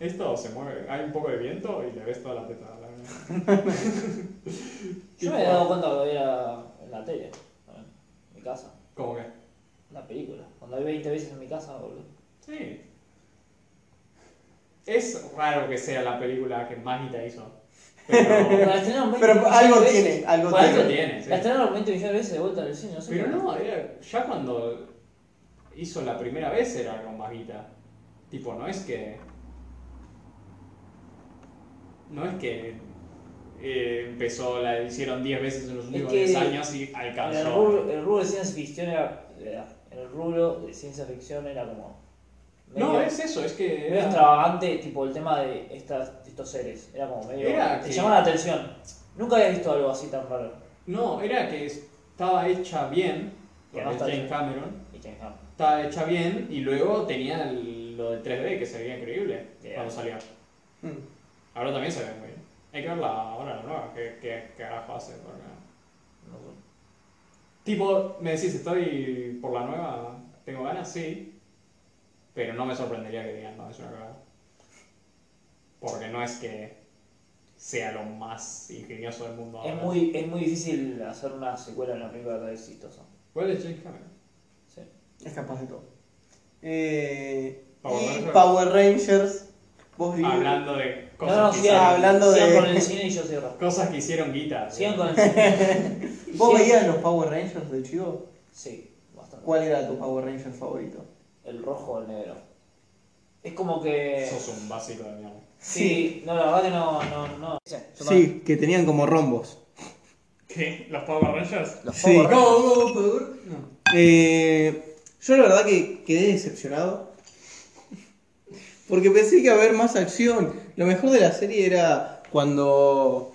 [SPEAKER 4] Esto se mueve, hay un poco de viento y le ves toda la teta. la verdad.
[SPEAKER 3] [laughs] Yo me he dado cuenta cuando veía en la tele, ¿no? en mi casa,
[SPEAKER 4] [laughs] Como que.
[SPEAKER 3] la película. Cuando vi 20 veces en mi casa, boludo.
[SPEAKER 4] Sí. Es raro que sea la película que más hita hizo.
[SPEAKER 3] Pero,
[SPEAKER 4] Pero,
[SPEAKER 3] la estrenaron 20
[SPEAKER 5] Pero
[SPEAKER 3] millones
[SPEAKER 5] algo
[SPEAKER 3] de veces.
[SPEAKER 5] tiene, algo
[SPEAKER 3] Por
[SPEAKER 5] tiene.
[SPEAKER 4] Algo tiene, sí.
[SPEAKER 3] La estrenaron 20 millones de veces de vuelta en el cine, no sé.
[SPEAKER 4] pero
[SPEAKER 3] por qué.
[SPEAKER 4] no, era- ya cuando hizo la primera vez era con más hita. Tipo, no es que. No es que. eh, empezó, la hicieron 10 veces en los últimos
[SPEAKER 3] que
[SPEAKER 4] 10 años y
[SPEAKER 3] En
[SPEAKER 4] alcanzó.
[SPEAKER 3] el rubro, el rubro de ciencia ficción era, era- en el rubro de ciencia ficción era como medio,
[SPEAKER 4] No, es eso, es que
[SPEAKER 3] medio
[SPEAKER 4] era,
[SPEAKER 3] extravagante tipo el tema de estas, estos seres. Era como medio.
[SPEAKER 4] Era
[SPEAKER 3] te
[SPEAKER 4] que-
[SPEAKER 3] llamaba la atención. Nunca había visto algo así tan raro.
[SPEAKER 4] no, era que estaba hecha bien,
[SPEAKER 3] Que
[SPEAKER 4] con
[SPEAKER 3] no
[SPEAKER 4] el
[SPEAKER 3] está
[SPEAKER 4] James
[SPEAKER 3] hecho.
[SPEAKER 4] Cameron,
[SPEAKER 3] Y James Gunn.
[SPEAKER 4] estaba hecha bien y luego tenía el- lo de 3D que se veía increíble
[SPEAKER 3] Yeah.
[SPEAKER 4] cuando salió.
[SPEAKER 5] Mm.
[SPEAKER 4] Ahora también se ve muy bien. Hay que verla ahora, la nueva, que, que, que carajo hace. porque-
[SPEAKER 3] No sé.
[SPEAKER 4] Tipo, me decís, estoy por la nueva, tengo ganas, sí, pero no me sorprendería que digan, no, es una cagada. Porque no es que sea lo más ingenioso del mundo.
[SPEAKER 3] Es
[SPEAKER 4] ahora.
[SPEAKER 3] muy, es muy difícil hacer una secuela de una película tan exitosa.
[SPEAKER 4] ¿Cuál es James Cameron?
[SPEAKER 3] Sí.
[SPEAKER 5] Es capaz de todo. Eh,
[SPEAKER 4] Power
[SPEAKER 5] y
[SPEAKER 4] Rangers.
[SPEAKER 5] Power Rangers. Vos vi-
[SPEAKER 4] Hablando de cosas,
[SPEAKER 3] No, no,
[SPEAKER 4] que,
[SPEAKER 3] sigan,
[SPEAKER 4] hicieron,
[SPEAKER 5] hablando
[SPEAKER 3] sigan
[SPEAKER 5] de-
[SPEAKER 3] con el cine y yo cierro.
[SPEAKER 4] cosas que hicieron guita.
[SPEAKER 3] Sigan
[SPEAKER 4] digamos.
[SPEAKER 3] con el cine.
[SPEAKER 5] [laughs] ¿Vos
[SPEAKER 3] Sí.
[SPEAKER 5] veías los Power Rangers de chivo?
[SPEAKER 3] Sí, bastante.
[SPEAKER 5] ¿Cuál era tu Power Ranger favorito?
[SPEAKER 3] El rojo o el negro. Es como que.
[SPEAKER 4] Sos un básico de mierda.
[SPEAKER 3] Sí, no, la verdad que no, no, no. Sí, yo también.
[SPEAKER 5] Sí, que tenían como rombos.
[SPEAKER 4] ¿Qué? ¿Los Power Rangers?
[SPEAKER 3] Los
[SPEAKER 5] Sí.
[SPEAKER 3] Power Rangers.
[SPEAKER 5] Eh, yo la verdad que quedé decepcionado. Porque pensé que iba a haber más acción. Lo mejor de la serie era cuando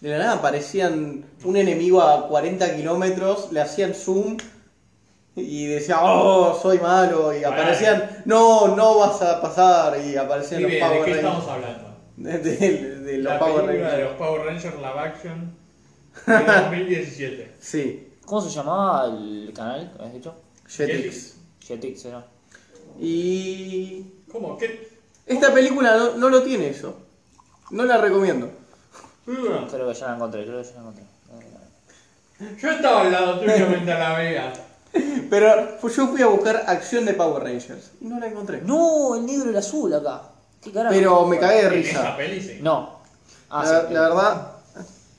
[SPEAKER 5] de la nada aparecían un enemigo a 40 kilómetros, le hacían zoom y decía, oh, soy malo. Y aparecían, no, no vas a pasar. Y aparecían los
[SPEAKER 4] Pibe, ¿de
[SPEAKER 5] Power
[SPEAKER 4] qué
[SPEAKER 5] Rangers.
[SPEAKER 4] estamos hablando?
[SPEAKER 5] [laughs] De, de- de los
[SPEAKER 4] la
[SPEAKER 5] Power
[SPEAKER 4] película de
[SPEAKER 5] Rangers.
[SPEAKER 4] los Power Rangers Live Action
[SPEAKER 5] [laughs]
[SPEAKER 4] de 2017.
[SPEAKER 5] Sí,
[SPEAKER 3] ¿Cómo se llamaba el canal que habías dicho?
[SPEAKER 5] Jetix.
[SPEAKER 3] Jetix era.
[SPEAKER 5] Y
[SPEAKER 4] ¿Cómo? ¿Qué?
[SPEAKER 5] Esta película no, no lo tiene eso. No la recomiendo.
[SPEAKER 4] Yo
[SPEAKER 3] Creo que ya la encontré, creo que ya la encontré.
[SPEAKER 4] estaba al lado tuyo mientras
[SPEAKER 5] [laughs]
[SPEAKER 4] la veía.
[SPEAKER 5] Pero fu- yo fui a buscar acción de Power Rangers y no la encontré.
[SPEAKER 3] No, el negro y el azul acá. ¿Qué carajo?
[SPEAKER 5] Pero me cagué de
[SPEAKER 4] En esa
[SPEAKER 5] risa.
[SPEAKER 4] peli sí.
[SPEAKER 3] No. Ah,
[SPEAKER 5] La,
[SPEAKER 3] sí,
[SPEAKER 5] la verdad,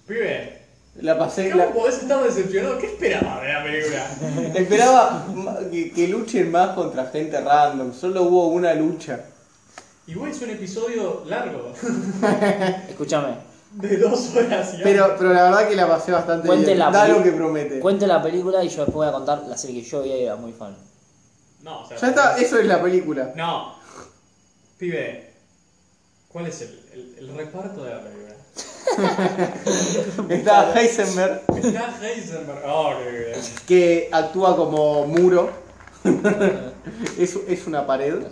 [SPEAKER 4] Pibe,
[SPEAKER 5] La pasé.
[SPEAKER 4] ¿Cómo
[SPEAKER 5] la-
[SPEAKER 4] podés estar decepcionado? ¿Qué esperabas de la
[SPEAKER 5] [laughs]
[SPEAKER 4] película?
[SPEAKER 5] Esperaba ma- que, que luchen más contra gente random. Solo hubo una lucha.
[SPEAKER 4] Igual es un episodio largo, [laughs]
[SPEAKER 3] Escúchame,
[SPEAKER 4] de dos horas y algo.
[SPEAKER 5] Pero, pero la verdad que la pasé bastante
[SPEAKER 3] Cuente
[SPEAKER 5] bien.
[SPEAKER 3] la
[SPEAKER 5] da lo
[SPEAKER 3] peli-
[SPEAKER 5] que promete.
[SPEAKER 3] cuente la película y yo después voy a contar la serie que yo veía y era muy fan.
[SPEAKER 4] No, o sea,
[SPEAKER 5] Ya está, eh. eso es la película.
[SPEAKER 4] No. Pibe, ¿cuál es el, el- el reparto de la película?
[SPEAKER 5] Está Heisenberg,
[SPEAKER 4] Está Heisenberg. Oh, qué bien.
[SPEAKER 5] que actúa como muro. [laughs] es, es una pared.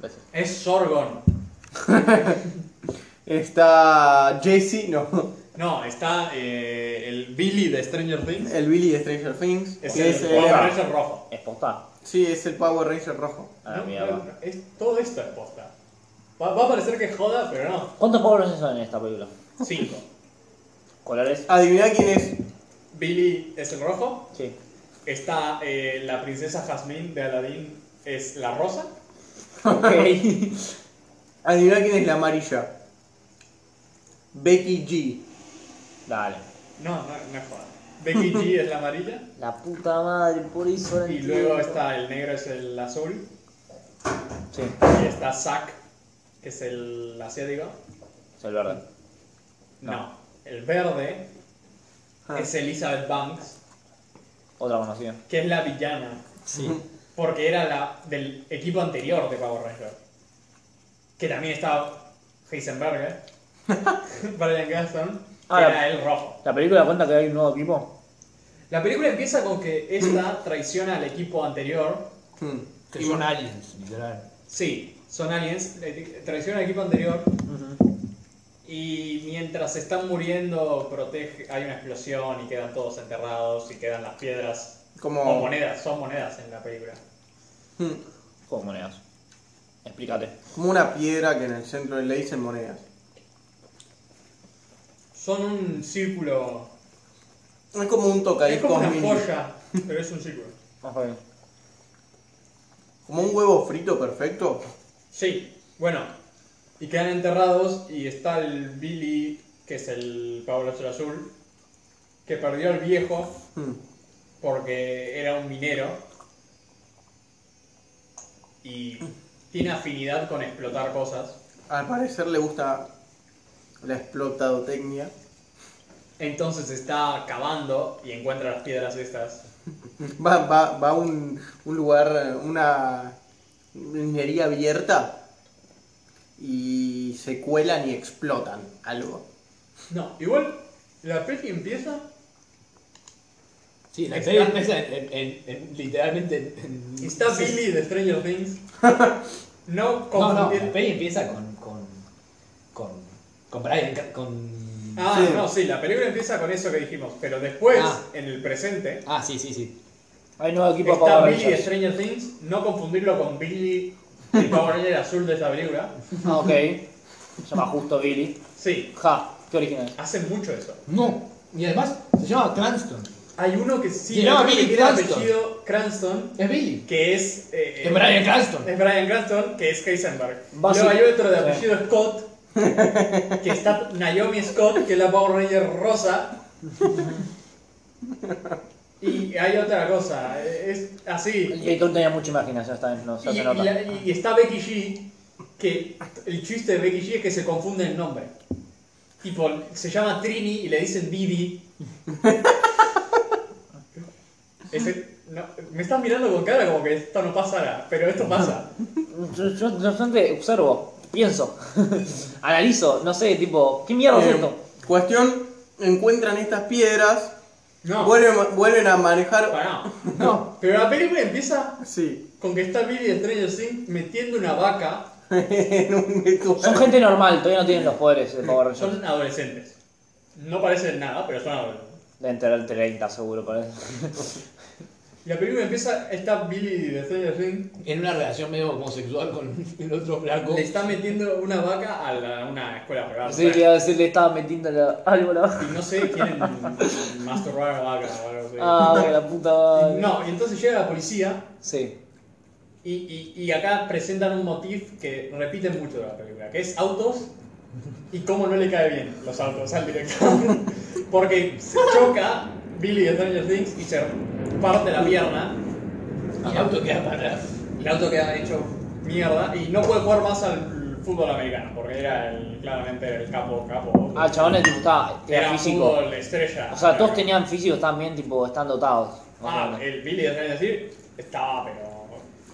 [SPEAKER 3] Gracias.
[SPEAKER 4] Es Sorgon.
[SPEAKER 5] Está Jesse, no.
[SPEAKER 4] No, está eh, el Billy de Stranger Things.
[SPEAKER 5] El Billy de Stranger Things.
[SPEAKER 4] Es
[SPEAKER 5] que
[SPEAKER 4] el
[SPEAKER 5] es,
[SPEAKER 4] Power
[SPEAKER 5] el-
[SPEAKER 4] Ranger rojo.
[SPEAKER 3] Es posta.
[SPEAKER 5] sí, es el Power Ranger rojo.
[SPEAKER 3] A la
[SPEAKER 4] No,
[SPEAKER 3] mierda.
[SPEAKER 4] no, es- todo esto es posta. Va, va a parecer que joda, pero no.
[SPEAKER 3] ¿Cuántos Power Rangers son en esta película?
[SPEAKER 4] Cinco.
[SPEAKER 3] ¿Colores?
[SPEAKER 5] Adivina quién es.
[SPEAKER 4] Billy es el rojo.
[SPEAKER 3] Sí.
[SPEAKER 4] Está eh, la princesa Jasmine de Aladdin es la rosa.
[SPEAKER 3] [laughs] Ok.
[SPEAKER 5] Adivina quién es la amarilla. Becky G.
[SPEAKER 3] Dale.
[SPEAKER 4] No, no, no es joda. Becky G es la amarilla.
[SPEAKER 3] La puta madre, por eso era
[SPEAKER 4] Y
[SPEAKER 3] el
[SPEAKER 4] luego
[SPEAKER 3] tío.
[SPEAKER 4] está el negro es el azul.
[SPEAKER 3] Sí,
[SPEAKER 4] Y está Zack, que es el asiático.
[SPEAKER 3] es el verde.
[SPEAKER 4] No.
[SPEAKER 3] No.
[SPEAKER 4] El verde
[SPEAKER 5] Ah.
[SPEAKER 4] es Elizabeth Banks,
[SPEAKER 3] Otra conocida.
[SPEAKER 4] que es la villana.
[SPEAKER 3] Sí.
[SPEAKER 4] Porque era la del equipo anterior de Power Rangers. Que también estaba Heisenberger.
[SPEAKER 3] [laughs]
[SPEAKER 4] Brian Gaston. Que
[SPEAKER 3] Ahora-
[SPEAKER 4] era el rojo.
[SPEAKER 3] ¿La película cuenta que hay un nuevo equipo?
[SPEAKER 4] La película empieza con que
[SPEAKER 3] [clears throat]
[SPEAKER 4] esta traiciona al equipo anterior
[SPEAKER 5] Hmm.
[SPEAKER 2] Que son aliens, literal.
[SPEAKER 4] Sí, son aliens. eh, Traiciona al equipo anterior. Y mientras están muriendo, protege, hay una explosión y quedan todos enterrados y quedan las piedras.
[SPEAKER 3] Oh.
[SPEAKER 4] O
[SPEAKER 5] Como.
[SPEAKER 4] monedas, son monedas en la película.
[SPEAKER 5] Hmm.
[SPEAKER 3] ¿Cómo monedas? Explícate.
[SPEAKER 5] Como una piedra que en el centro le dicen monedas.
[SPEAKER 4] Son un círculo.
[SPEAKER 5] Es como un
[SPEAKER 4] Es como
[SPEAKER 5] tocadiscos
[SPEAKER 4] una
[SPEAKER 5] mini.
[SPEAKER 4] joya, pero es un círculo.
[SPEAKER 3] Más bien.
[SPEAKER 5] Como un huevo frito perfecto.
[SPEAKER 4] Sí, bueno. Y quedan enterrados y está el Billy, que es el Pablo Azul, que perdió al viejo
[SPEAKER 5] Hmm.
[SPEAKER 4] porque era un minero y tiene afinidad con explotar cosas.
[SPEAKER 5] Al parecer le gusta la explotadotecnia.
[SPEAKER 4] Entonces está cavando y encuentra las piedras estas.
[SPEAKER 5] Va, va, va a un, un lugar, una minería abierta y se cuelan y explotan algo.
[SPEAKER 4] No, igual la peli empieza.
[SPEAKER 2] Sí, la
[SPEAKER 4] Está-
[SPEAKER 2] serie empieza en, en- en- literalmente en- en-
[SPEAKER 4] Está
[SPEAKER 2] sí.
[SPEAKER 4] Billy de Stranger Things. No
[SPEAKER 2] No, no, la
[SPEAKER 4] confundir.
[SPEAKER 2] peli empieza con. con. con. con Brian. Ca- con.
[SPEAKER 4] Ah,
[SPEAKER 5] Sí.
[SPEAKER 4] no, sí, la película empieza con eso que dijimos. Pero después,
[SPEAKER 2] Ah.
[SPEAKER 4] en el presente,
[SPEAKER 2] Ah, sí, sí, sí.
[SPEAKER 3] Hay nuevo equipo de
[SPEAKER 4] está
[SPEAKER 3] Power
[SPEAKER 4] Billy de
[SPEAKER 3] Rangers.
[SPEAKER 4] Stranger Things. No confundirlo con Billy, el Power Ranger azul de esta película.
[SPEAKER 3] Ah, ok. Se llama justo Billy.
[SPEAKER 4] Sí,
[SPEAKER 3] Ja, qué original es.
[SPEAKER 4] hacen mucho eso.
[SPEAKER 2] No. Y además se llama Cranston.
[SPEAKER 4] Hay uno que sí,
[SPEAKER 2] Se llama
[SPEAKER 4] hay uno que
[SPEAKER 2] Billy
[SPEAKER 4] tiene
[SPEAKER 2] Cranston.
[SPEAKER 4] apellido Cranston,
[SPEAKER 2] Es Billy.
[SPEAKER 4] que es. eh,
[SPEAKER 2] Es Brian Cranston.
[SPEAKER 4] Es Brian Cranston, que es Heisenberg.
[SPEAKER 3] Basi-
[SPEAKER 4] Luego hay otro de
[SPEAKER 3] Sí.
[SPEAKER 4] apellido Scott, que está Naomi Scott, que es la Power Ranger rosa. Y hay otra cosa, es
[SPEAKER 3] El
[SPEAKER 4] así.
[SPEAKER 3] director tenía mucha imaginación esta vez, no
[SPEAKER 4] Y,
[SPEAKER 3] se
[SPEAKER 4] y
[SPEAKER 3] hace nota.
[SPEAKER 4] la- y- y está Becky G, que el chiste de Becky G es que se confunde el nombre. Tipo, se llama Trini y le dicen Didi. [laughs] Ese- no, me estás mirando con cara como que esto no pasará, pero esto pasa.
[SPEAKER 3] Yo, yo de repente observo, pienso, [laughs] analizo, no sé, tipo, ¿qué mierda es
[SPEAKER 5] Eh,
[SPEAKER 3] esto?
[SPEAKER 5] cuestión, encuentran estas piedras,
[SPEAKER 4] No,
[SPEAKER 5] vuelven, vuelven a manejar... [laughs]
[SPEAKER 4] pará.
[SPEAKER 2] No.
[SPEAKER 4] Pero la película empieza
[SPEAKER 5] Sí,
[SPEAKER 4] con que está Billy de Stranger Things metiendo una vaca.
[SPEAKER 5] en un
[SPEAKER 3] Son
[SPEAKER 5] vestuario.
[SPEAKER 3] gente normal, todavía no tienen los poderes de Power Rangers.
[SPEAKER 4] Son adolescentes. No parecen nada, pero son adolescentes.
[SPEAKER 3] De entre el 30 seguro con eso.
[SPEAKER 4] Y la película empieza, está Billy de Stranger Things,
[SPEAKER 2] En una relación medio homosexual con el otro flaco.
[SPEAKER 4] le está metiendo una vaca a, la- a una escuela privada.
[SPEAKER 3] Sí, te iba a decir, le estaba metiendo la- algo a la
[SPEAKER 4] Y no sé, quieren masturbar a la vaca o algo así.
[SPEAKER 3] Ah, [laughs] bueno, la puta madre.
[SPEAKER 4] No, y entonces llega la policía
[SPEAKER 3] Sí.
[SPEAKER 4] y, y- y acá presentan un motif que repiten mucho de la película, que es autos ¿Y cómo no le cae bien los autos al director? [laughs] Porque se choca Billy de Stranger Things y se parte la pierna y el auto queda para atrás. El auto queda hecho mierda y no puede jugar más al fútbol americano porque era el- claramente era el capo capo.
[SPEAKER 3] Ah, el chabón le gustaba,
[SPEAKER 4] era
[SPEAKER 3] era físico.
[SPEAKER 4] fútbol estrella.
[SPEAKER 3] O sea, todos tenían físico también, tipo, están dotados.
[SPEAKER 4] Ah, el Billy de Stranger Things estaba pero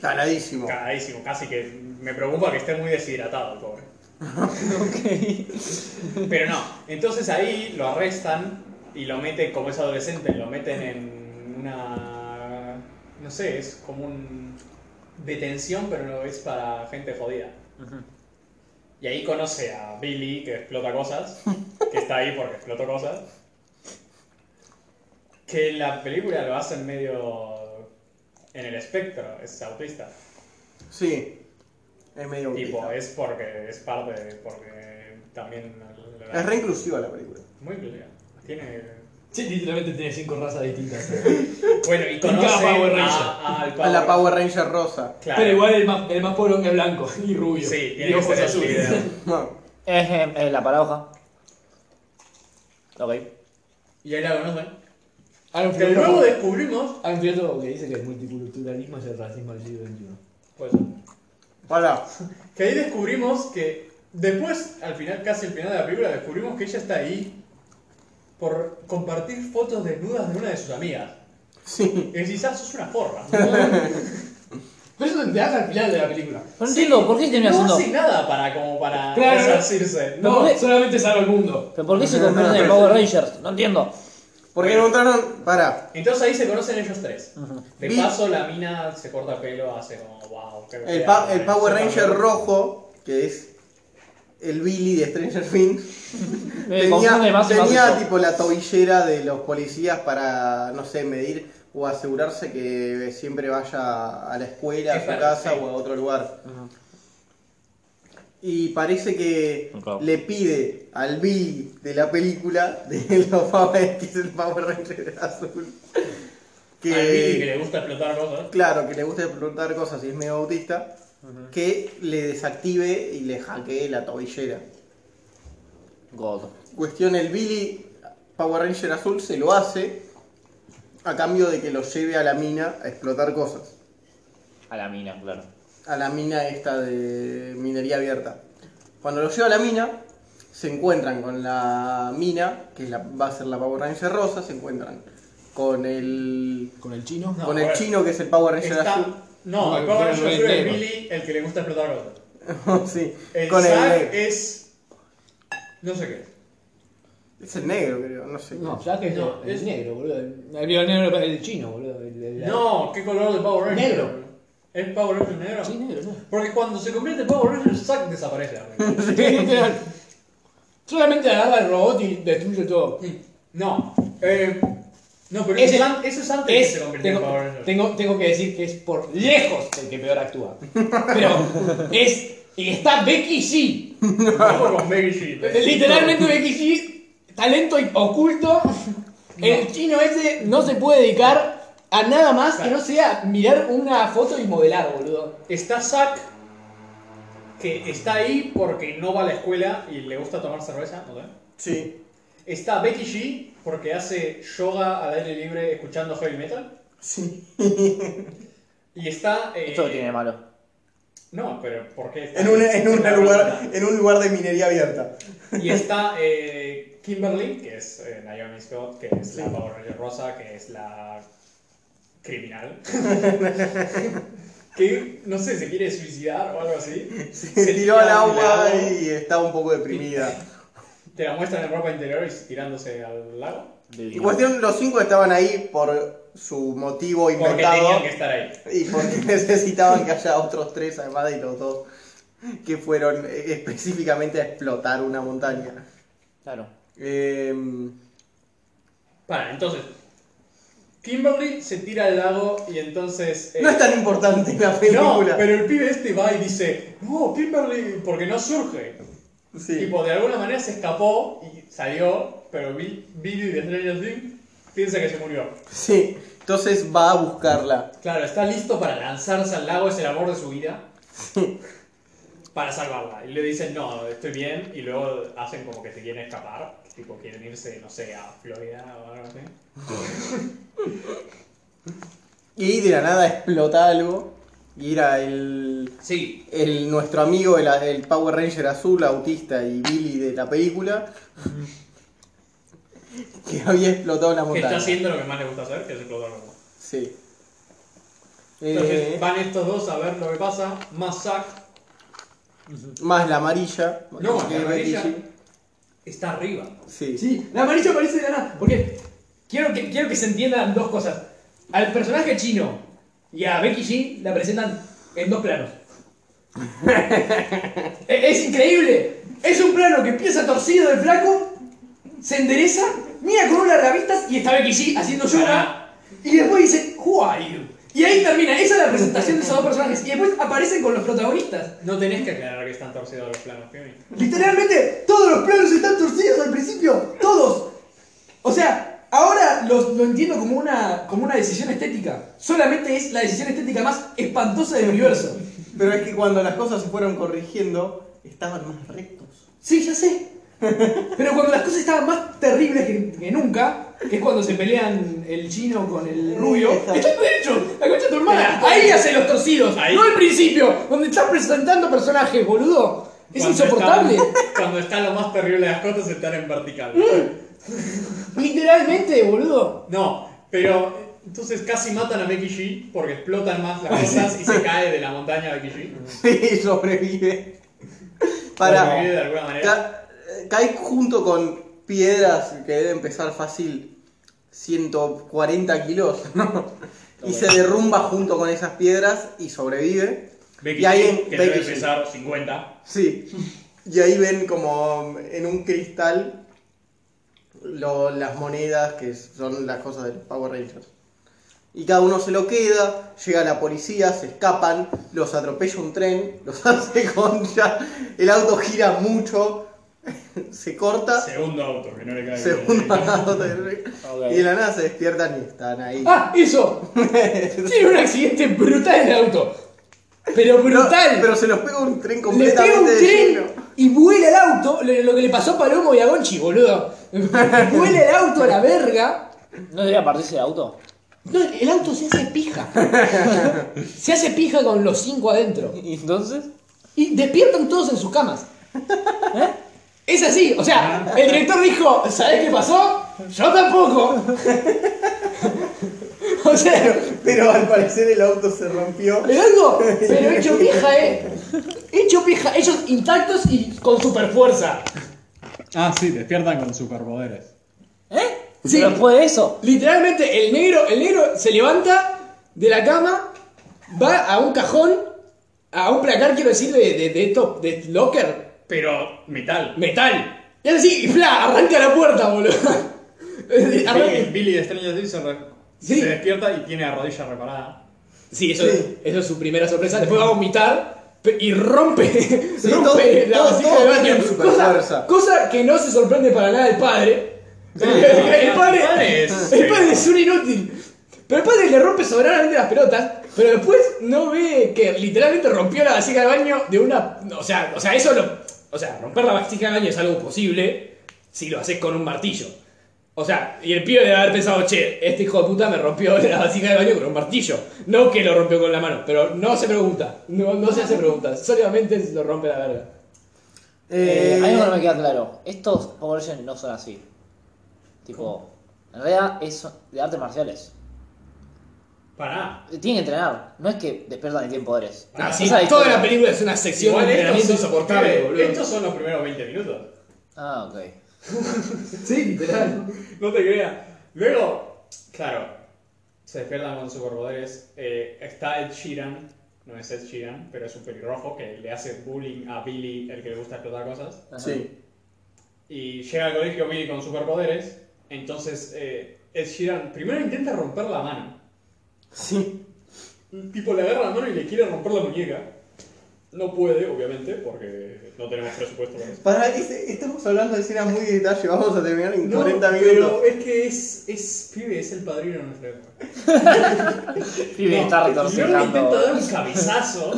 [SPEAKER 5] Caladísimo.
[SPEAKER 4] cagadísimo, casi que me preocupa que esté muy deshidratado el pobre. Pero no, entonces ahí lo arrestan y lo meten, como es adolescente, lo meten en una. No sé, es como un. detención, pero no es para gente jodida.
[SPEAKER 3] Ujú.
[SPEAKER 4] Y ahí conoce a Billy, que explota cosas, que está ahí porque explotó cosas. Que en la película lo hacen medio. en el espectro, es autista.
[SPEAKER 5] Sí. Es medio
[SPEAKER 4] Tipo,
[SPEAKER 5] autista.
[SPEAKER 4] es porque es parte, de- porque también. la-
[SPEAKER 5] Es re inclusiva la película.
[SPEAKER 4] Muy inclusiva. Tiene.
[SPEAKER 2] Sí, literalmente tiene cinco razas distintas.
[SPEAKER 4] [laughs] Bueno, y
[SPEAKER 2] cada
[SPEAKER 4] conoce
[SPEAKER 2] Power Ranger.
[SPEAKER 4] a, al
[SPEAKER 5] A la Power Ranger rosa. [laughs]
[SPEAKER 4] Claro.
[SPEAKER 2] Pero igual el más, el más pobre es blanco y rubio.
[SPEAKER 4] Sí,
[SPEAKER 2] y
[SPEAKER 4] tiene que
[SPEAKER 2] ojos
[SPEAKER 4] ser el
[SPEAKER 2] azules. [laughs]
[SPEAKER 4] líder.
[SPEAKER 5] No.
[SPEAKER 3] Es, eh, eh, la paradoja. Ok.
[SPEAKER 4] Y ahí la conocen.
[SPEAKER 2] Hay un
[SPEAKER 4] Que luego
[SPEAKER 2] filósofo,
[SPEAKER 4] descubrimos.
[SPEAKER 2] hay un filósofo que dice que el multiculturalismo es el racismo del siglo XXI.
[SPEAKER 4] Pues,
[SPEAKER 5] Hola.
[SPEAKER 4] que ahí descubrimos que. Después, al final, casi al final de la película, descubrimos que ella está ahí por compartir fotos desnudas de una de sus amigas.
[SPEAKER 5] Sí.
[SPEAKER 4] Y decís, ah, sos una forra.
[SPEAKER 2] Pero eso te hace al final de la película.
[SPEAKER 3] No entiendo, ¿por qué termina
[SPEAKER 4] No
[SPEAKER 3] haciendo?
[SPEAKER 4] hace nada para como para
[SPEAKER 2] Claro.
[SPEAKER 4] resarcirse.
[SPEAKER 2] No, eh.
[SPEAKER 3] ¿Por qué?
[SPEAKER 2] solamente salva al mundo.
[SPEAKER 3] ¿Pero por qué [laughs] se convierte en Power Rangers? No entiendo.
[SPEAKER 5] Porque
[SPEAKER 4] Bueno.
[SPEAKER 5] encontraron. Pará.
[SPEAKER 4] Entonces ahí se conocen ellos tres. De
[SPEAKER 5] Vi-
[SPEAKER 4] paso, la mina se corta el pelo, hace como wow. qué
[SPEAKER 5] El,
[SPEAKER 4] bella,
[SPEAKER 5] pa- el
[SPEAKER 4] eh,
[SPEAKER 5] Power
[SPEAKER 4] se
[SPEAKER 5] Ranger
[SPEAKER 4] cambió.
[SPEAKER 5] rojo, que es el Billy de Stranger Things,
[SPEAKER 3] Me
[SPEAKER 6] Eh,
[SPEAKER 3] confunde
[SPEAKER 5] tenía,
[SPEAKER 3] más y más
[SPEAKER 5] tenía
[SPEAKER 3] esto.
[SPEAKER 5] tipo la tobillera de los policías para, no sé, medir o asegurarse que siempre vaya a la escuela, a
[SPEAKER 4] Es
[SPEAKER 5] su
[SPEAKER 4] verdad,
[SPEAKER 5] casa
[SPEAKER 4] sí.
[SPEAKER 5] o a otro lugar. Y parece que
[SPEAKER 3] Claro.
[SPEAKER 5] le pide al Billy de la película, de [laughs] los Power, que es el Power Ranger azul, que,
[SPEAKER 4] Al Billy que le gusta explotar cosas.
[SPEAKER 5] Claro, que le gusta preguntar cosas y es medio autista, que le desactive y le hackee la tobillera.
[SPEAKER 3] God.
[SPEAKER 5] Cuestión, el Billy Power Ranger azul se lo hace a cambio de que lo lleve a la mina a explotar cosas.
[SPEAKER 3] A la mina, claro.
[SPEAKER 5] A la mina esta de minería abierta. Cuando lo lleva a la mina, se encuentran con la mina, que es la- va a ser la Power Ranger rosa, se encuentran con el...
[SPEAKER 2] Con el chino.
[SPEAKER 4] No,
[SPEAKER 5] con el
[SPEAKER 4] bueno.
[SPEAKER 5] chino que es el Power Ranger
[SPEAKER 4] Está...
[SPEAKER 5] azul. [laughs]
[SPEAKER 4] No,
[SPEAKER 2] No,
[SPEAKER 4] el
[SPEAKER 2] el
[SPEAKER 4] Power
[SPEAKER 2] Ranger
[SPEAKER 4] Ranger azul es
[SPEAKER 2] negro.
[SPEAKER 4] Billy, el que le gusta explotar cosas.
[SPEAKER 5] Oh, sí.
[SPEAKER 4] El
[SPEAKER 5] con
[SPEAKER 4] Zack
[SPEAKER 5] el,
[SPEAKER 4] es. No sé qué.
[SPEAKER 5] Es el negro, creo, no sé.
[SPEAKER 2] No, ya que es,
[SPEAKER 4] No,
[SPEAKER 2] el
[SPEAKER 4] es-
[SPEAKER 2] negro, boludo. El viejo negro es el chino, boludo. El- el-
[SPEAKER 4] No, ¿qué color de Power Ranger?
[SPEAKER 2] Negro.
[SPEAKER 4] ¿Es Power Ranger negro?
[SPEAKER 2] Sí, negro, no.
[SPEAKER 4] Porque cuando se convierte en Power Ranger, Zack desaparece. amigo.
[SPEAKER 5] [laughs]
[SPEAKER 2] [laughs] Literal. Solamente agarra el robot y destruye todo.
[SPEAKER 4] No, eh, no, pero
[SPEAKER 2] Ese-
[SPEAKER 4] eso, es an- eso es antes que
[SPEAKER 2] Es,
[SPEAKER 4] se convirtió en
[SPEAKER 2] tengo,
[SPEAKER 4] Power Ranger.
[SPEAKER 2] tengo, tengo que decir que es por lejos el que peor actúa. Pero es. Y está Becky G.
[SPEAKER 4] Ojo con eh. Becky G.
[SPEAKER 2] Literalmente Becky G. Talento oculto. El chino ese no se puede dedicar a nada más que no sea mirar una foto y modelar, boludo.
[SPEAKER 4] Está Zack, que está ahí porque no va a la escuela y le gusta tomar cerveza. ¿no?
[SPEAKER 5] Sí,
[SPEAKER 4] Está Becky G, porque hace yoga al aire libre escuchando heavy metal.
[SPEAKER 5] sí.
[SPEAKER 4] Y está. eh,
[SPEAKER 3] Esto lo tiene de malo.
[SPEAKER 4] No, pero ¿por qué? está-
[SPEAKER 5] En, una, en,
[SPEAKER 4] está
[SPEAKER 5] una
[SPEAKER 4] la
[SPEAKER 5] lugar,
[SPEAKER 4] pregunta?
[SPEAKER 5] en un lugar de minería abierta.
[SPEAKER 4] Y está eh, Kimberly, que es eh, Naomi Scott, que es la Power Ranger Rosa, que es la criminal. que no sé, se quiere suicidar o algo así.
[SPEAKER 5] [laughs] Se tiró al
[SPEAKER 4] tira al
[SPEAKER 5] agua
[SPEAKER 4] lago.
[SPEAKER 5] y está un poco deprimida.
[SPEAKER 4] Te la muestran en ropa interior y tirándose al lago.
[SPEAKER 5] Y cuestión, los cinco estaban ahí por su motivo
[SPEAKER 4] Porque tenían
[SPEAKER 5] inventado
[SPEAKER 4] que estar ahí.
[SPEAKER 5] [laughs] y
[SPEAKER 4] [laughs]
[SPEAKER 5] porque necesitaban que haya otros tres, además de los dos que fueron eh, específicamente a explotar una montaña.
[SPEAKER 3] Claro.
[SPEAKER 5] Eh,
[SPEAKER 4] Para, entonces. Kimberly se tira al lago y entonces. eh,
[SPEAKER 5] no es tan importante la
[SPEAKER 4] no,
[SPEAKER 5] película.
[SPEAKER 4] pero el pibe este va y dice, no, Kimberly, porque no surge.
[SPEAKER 5] Sí.
[SPEAKER 4] Tipo, de alguna manera se escapó y salió, pero Bill- Billy de Stranger Things piensa que se murió.
[SPEAKER 5] sí, entonces va a buscarla.
[SPEAKER 4] Claro, está listo para lanzarse al lago, es el amor de su vida. para salvarla. Y le dicen, no, estoy bien, y luego hacen como que se quieren escapar, tipo quieren irse, no sé, a Florida o algo así.
[SPEAKER 5] Y de la nada explota algo. Y era el,
[SPEAKER 4] Sí,
[SPEAKER 5] el nuestro amigo, el, el Power Ranger azul, autista y Billy de la película. [laughs] Que había explotado la
[SPEAKER 4] que está
[SPEAKER 5] montaña.
[SPEAKER 4] haciendo lo que más le gusta hacer, que es explotar algo.
[SPEAKER 5] Sí.
[SPEAKER 4] Entonces
[SPEAKER 5] Eh,
[SPEAKER 4] van estos dos a ver lo que pasa, más Zack
[SPEAKER 5] más la amarilla.
[SPEAKER 4] No,
[SPEAKER 5] que
[SPEAKER 4] la
[SPEAKER 5] es
[SPEAKER 4] amarilla
[SPEAKER 5] Becky
[SPEAKER 4] está arriba.
[SPEAKER 5] G. Sí.
[SPEAKER 2] Sí, la amarilla aparece de la nada. Porque quiero que, quiero que se entiendan dos cosas. Al personaje chino y a Becky G la presentan en dos planos. [laughs] E- es, increíble. Es un plano que empieza torcido el flaco, se endereza, mira con unas revistas y está Becky G haciendo yoga. Y después dice, Who are you? Y ahí termina. Esa es la presentación de esos dos personajes. Y después aparecen con los protagonistas.
[SPEAKER 4] No tenés que aclarar que están torcidos los planos, Jimmy.
[SPEAKER 2] Literalmente todos los planos están torcidos al principio, todos. O sea, ahora los- lo entiendo como una, como una decisión estética. Solamente es la decisión estética más espantosa del universo.
[SPEAKER 5] Pero es que cuando las cosas se fueron corrigiendo, estaban más rectos.
[SPEAKER 2] Sí, ya sé. Pero cuando las cosas estaban más terribles que, que nunca, que es cuando se pelean el chino con el rubio,
[SPEAKER 5] Exacto.
[SPEAKER 2] están derechos, la concha de tu hermana. Ahí hacen los torcidos, no al principio, donde estás presentando personajes, boludo. Es
[SPEAKER 4] Cuando
[SPEAKER 2] insoportable.
[SPEAKER 4] están- [laughs] cuando está lo más terrible de las cosas, están en vertical.
[SPEAKER 2] Literalmente, boludo.
[SPEAKER 4] No, pero entonces casi matan a Becky G porque explotan más las cosas y se cae de la montaña Becky G.
[SPEAKER 5] [laughs] Sí, sobrevive. Para.
[SPEAKER 4] Sobrevive de alguna manera.
[SPEAKER 5] Ca- eh, cae junto con piedras que deben pesar fácil 140 kilos ¿no? y se derrumba junto con esas piedras y sobrevive.
[SPEAKER 4] Becky
[SPEAKER 5] y ahí
[SPEAKER 4] G,
[SPEAKER 5] en-
[SPEAKER 4] que
[SPEAKER 5] Becky
[SPEAKER 4] debe
[SPEAKER 5] G.
[SPEAKER 4] pesar 50.
[SPEAKER 5] Sí. Y ahí ven como en un cristal lo- las monedas que son las cosas del Power Rangers. Y cada uno se lo queda, llega la policía, se escapan, los atropella un tren, los [laughs] hace concha, el auto gira mucho, [laughs] se corta.
[SPEAKER 4] Segundo auto, que no le cae.
[SPEAKER 5] [laughs] Segundo
[SPEAKER 4] bien.
[SPEAKER 5] lado del río.
[SPEAKER 6] Ok.
[SPEAKER 5] Y de la nada se despiertan y están ahí.
[SPEAKER 2] ¡Ah,
[SPEAKER 5] [laughs]
[SPEAKER 2] eso! Tiene un accidente brutal en el auto. Pero
[SPEAKER 5] No,
[SPEAKER 2] brutal.
[SPEAKER 5] pero se los pega un tren
[SPEAKER 2] le
[SPEAKER 5] completamente
[SPEAKER 2] pega un
[SPEAKER 5] de
[SPEAKER 2] tren
[SPEAKER 5] lleno.
[SPEAKER 2] y vuela el auto. Lo, lo que le pasó a Palomo y a Gonchi,
[SPEAKER 5] [laughs]
[SPEAKER 2] boludo. vuela el auto a la verga.
[SPEAKER 6] ¿No debería partirse de auto?
[SPEAKER 2] No, el auto se hace
[SPEAKER 5] [laughs]
[SPEAKER 2] pija. se hace pija con los cinco adentro.
[SPEAKER 6] ¿Y entonces?
[SPEAKER 2] Y despiertan todos en sus camas. ¿Eh? Es así, o sea, el director dijo, ¿sabés qué pasó? Yo tampoco. [laughs] o sea,
[SPEAKER 5] Pero al parecer el auto se rompió.
[SPEAKER 2] ¿El algo? Pero hecho pija, eh. Hecho pija, ellos intactos y con super fuerza.
[SPEAKER 7] Ah, sí, despiertan con superpoderes.
[SPEAKER 6] ¿Eh?
[SPEAKER 2] Sí.
[SPEAKER 6] Pero después de eso.
[SPEAKER 2] Literalmente, el negro, el negro se levanta de la cama, va a un cajón, a un placar, quiero decir, de, de, de esto, de locker,
[SPEAKER 4] Pero metal.
[SPEAKER 2] metal. Y hace así, y fla, arranca la puerta, boludo. [laughs]
[SPEAKER 4] Billy,
[SPEAKER 2] Arranca-
[SPEAKER 4] Billy de Stranger Things se, re-
[SPEAKER 2] Sí.
[SPEAKER 4] se despierta y tiene la rodilla reparada.
[SPEAKER 2] Sí, eso,
[SPEAKER 5] Sí.
[SPEAKER 2] eso es su primera sorpresa. Después va a vomitar pe- y rompe, [laughs] rompe
[SPEAKER 5] todos-
[SPEAKER 2] la
[SPEAKER 5] todos-
[SPEAKER 2] vasija
[SPEAKER 5] todos
[SPEAKER 2] del baño.
[SPEAKER 5] tienen
[SPEAKER 2] Cosa,
[SPEAKER 5] superfuerza.
[SPEAKER 2] cosa que no se sorprende para nada el padre. el, padre
[SPEAKER 4] El padre es-
[SPEAKER 2] el padre es un inútil. Pero el padre le rompe soberanamente las pelotas. Pero después no ve que literalmente rompió la vasija del baño de una. O sea, o sea eso lo. O sea, romper la vasija del baño es algo posible si lo haces con un martillo. O sea, y el pibe debe haber pensado, che, este hijo de puta me rompió [laughs] la vasija del baño con un martillo. No que lo rompió con la mano, pero no se pregunta. No, no se hace preguntas. Solamente lo rompe la verga.
[SPEAKER 6] Eh,
[SPEAKER 5] Eh,
[SPEAKER 6] hay algo que no me queda claro. Estos Power Rangers no son así. Tipo, en realidad es de artes marciales.
[SPEAKER 4] Pará.
[SPEAKER 6] Tienen que entrenar. No es que despiertan y tienen poderes.
[SPEAKER 4] Ah,
[SPEAKER 2] Así,
[SPEAKER 6] Esa es
[SPEAKER 2] toda la
[SPEAKER 6] historia.
[SPEAKER 2] película es una sección de
[SPEAKER 4] Igual estos
[SPEAKER 2] entrenamiento
[SPEAKER 4] son,
[SPEAKER 2] insoportable,
[SPEAKER 4] eh,
[SPEAKER 2] boludo.
[SPEAKER 4] estos son los primeros 20 minutos.
[SPEAKER 6] Ah, ok.
[SPEAKER 2] Sí, literal.
[SPEAKER 4] No te creas. Luego, claro, se despiertan con superpoderes. Eh, está Ed Sheeran, no es Ed Sheeran, pero es un pelirrojo que le hace bullying a Billy, el que le gusta explotar cosas.
[SPEAKER 6] Ajá.
[SPEAKER 5] sí.
[SPEAKER 4] Y llega al colegio Billy con superpoderes. Entonces, eh, Ed Sheeran primero intenta romper la mano.
[SPEAKER 5] Sí.
[SPEAKER 4] Un tipo le agarra la mano y le quiere romper la muñeca. No puede, obviamente, porque no tenemos presupuesto para eso.
[SPEAKER 5] Para, estamos hablando de escenas muy de detalle, vamos a terminar en
[SPEAKER 4] No,
[SPEAKER 5] 40
[SPEAKER 4] pero
[SPEAKER 5] minutos.
[SPEAKER 4] es que es, es pibe, es el padrino de nuestra época.
[SPEAKER 6] Pibe, está
[SPEAKER 4] Yo le intento
[SPEAKER 6] retorcijando.
[SPEAKER 4] dar un cabezazo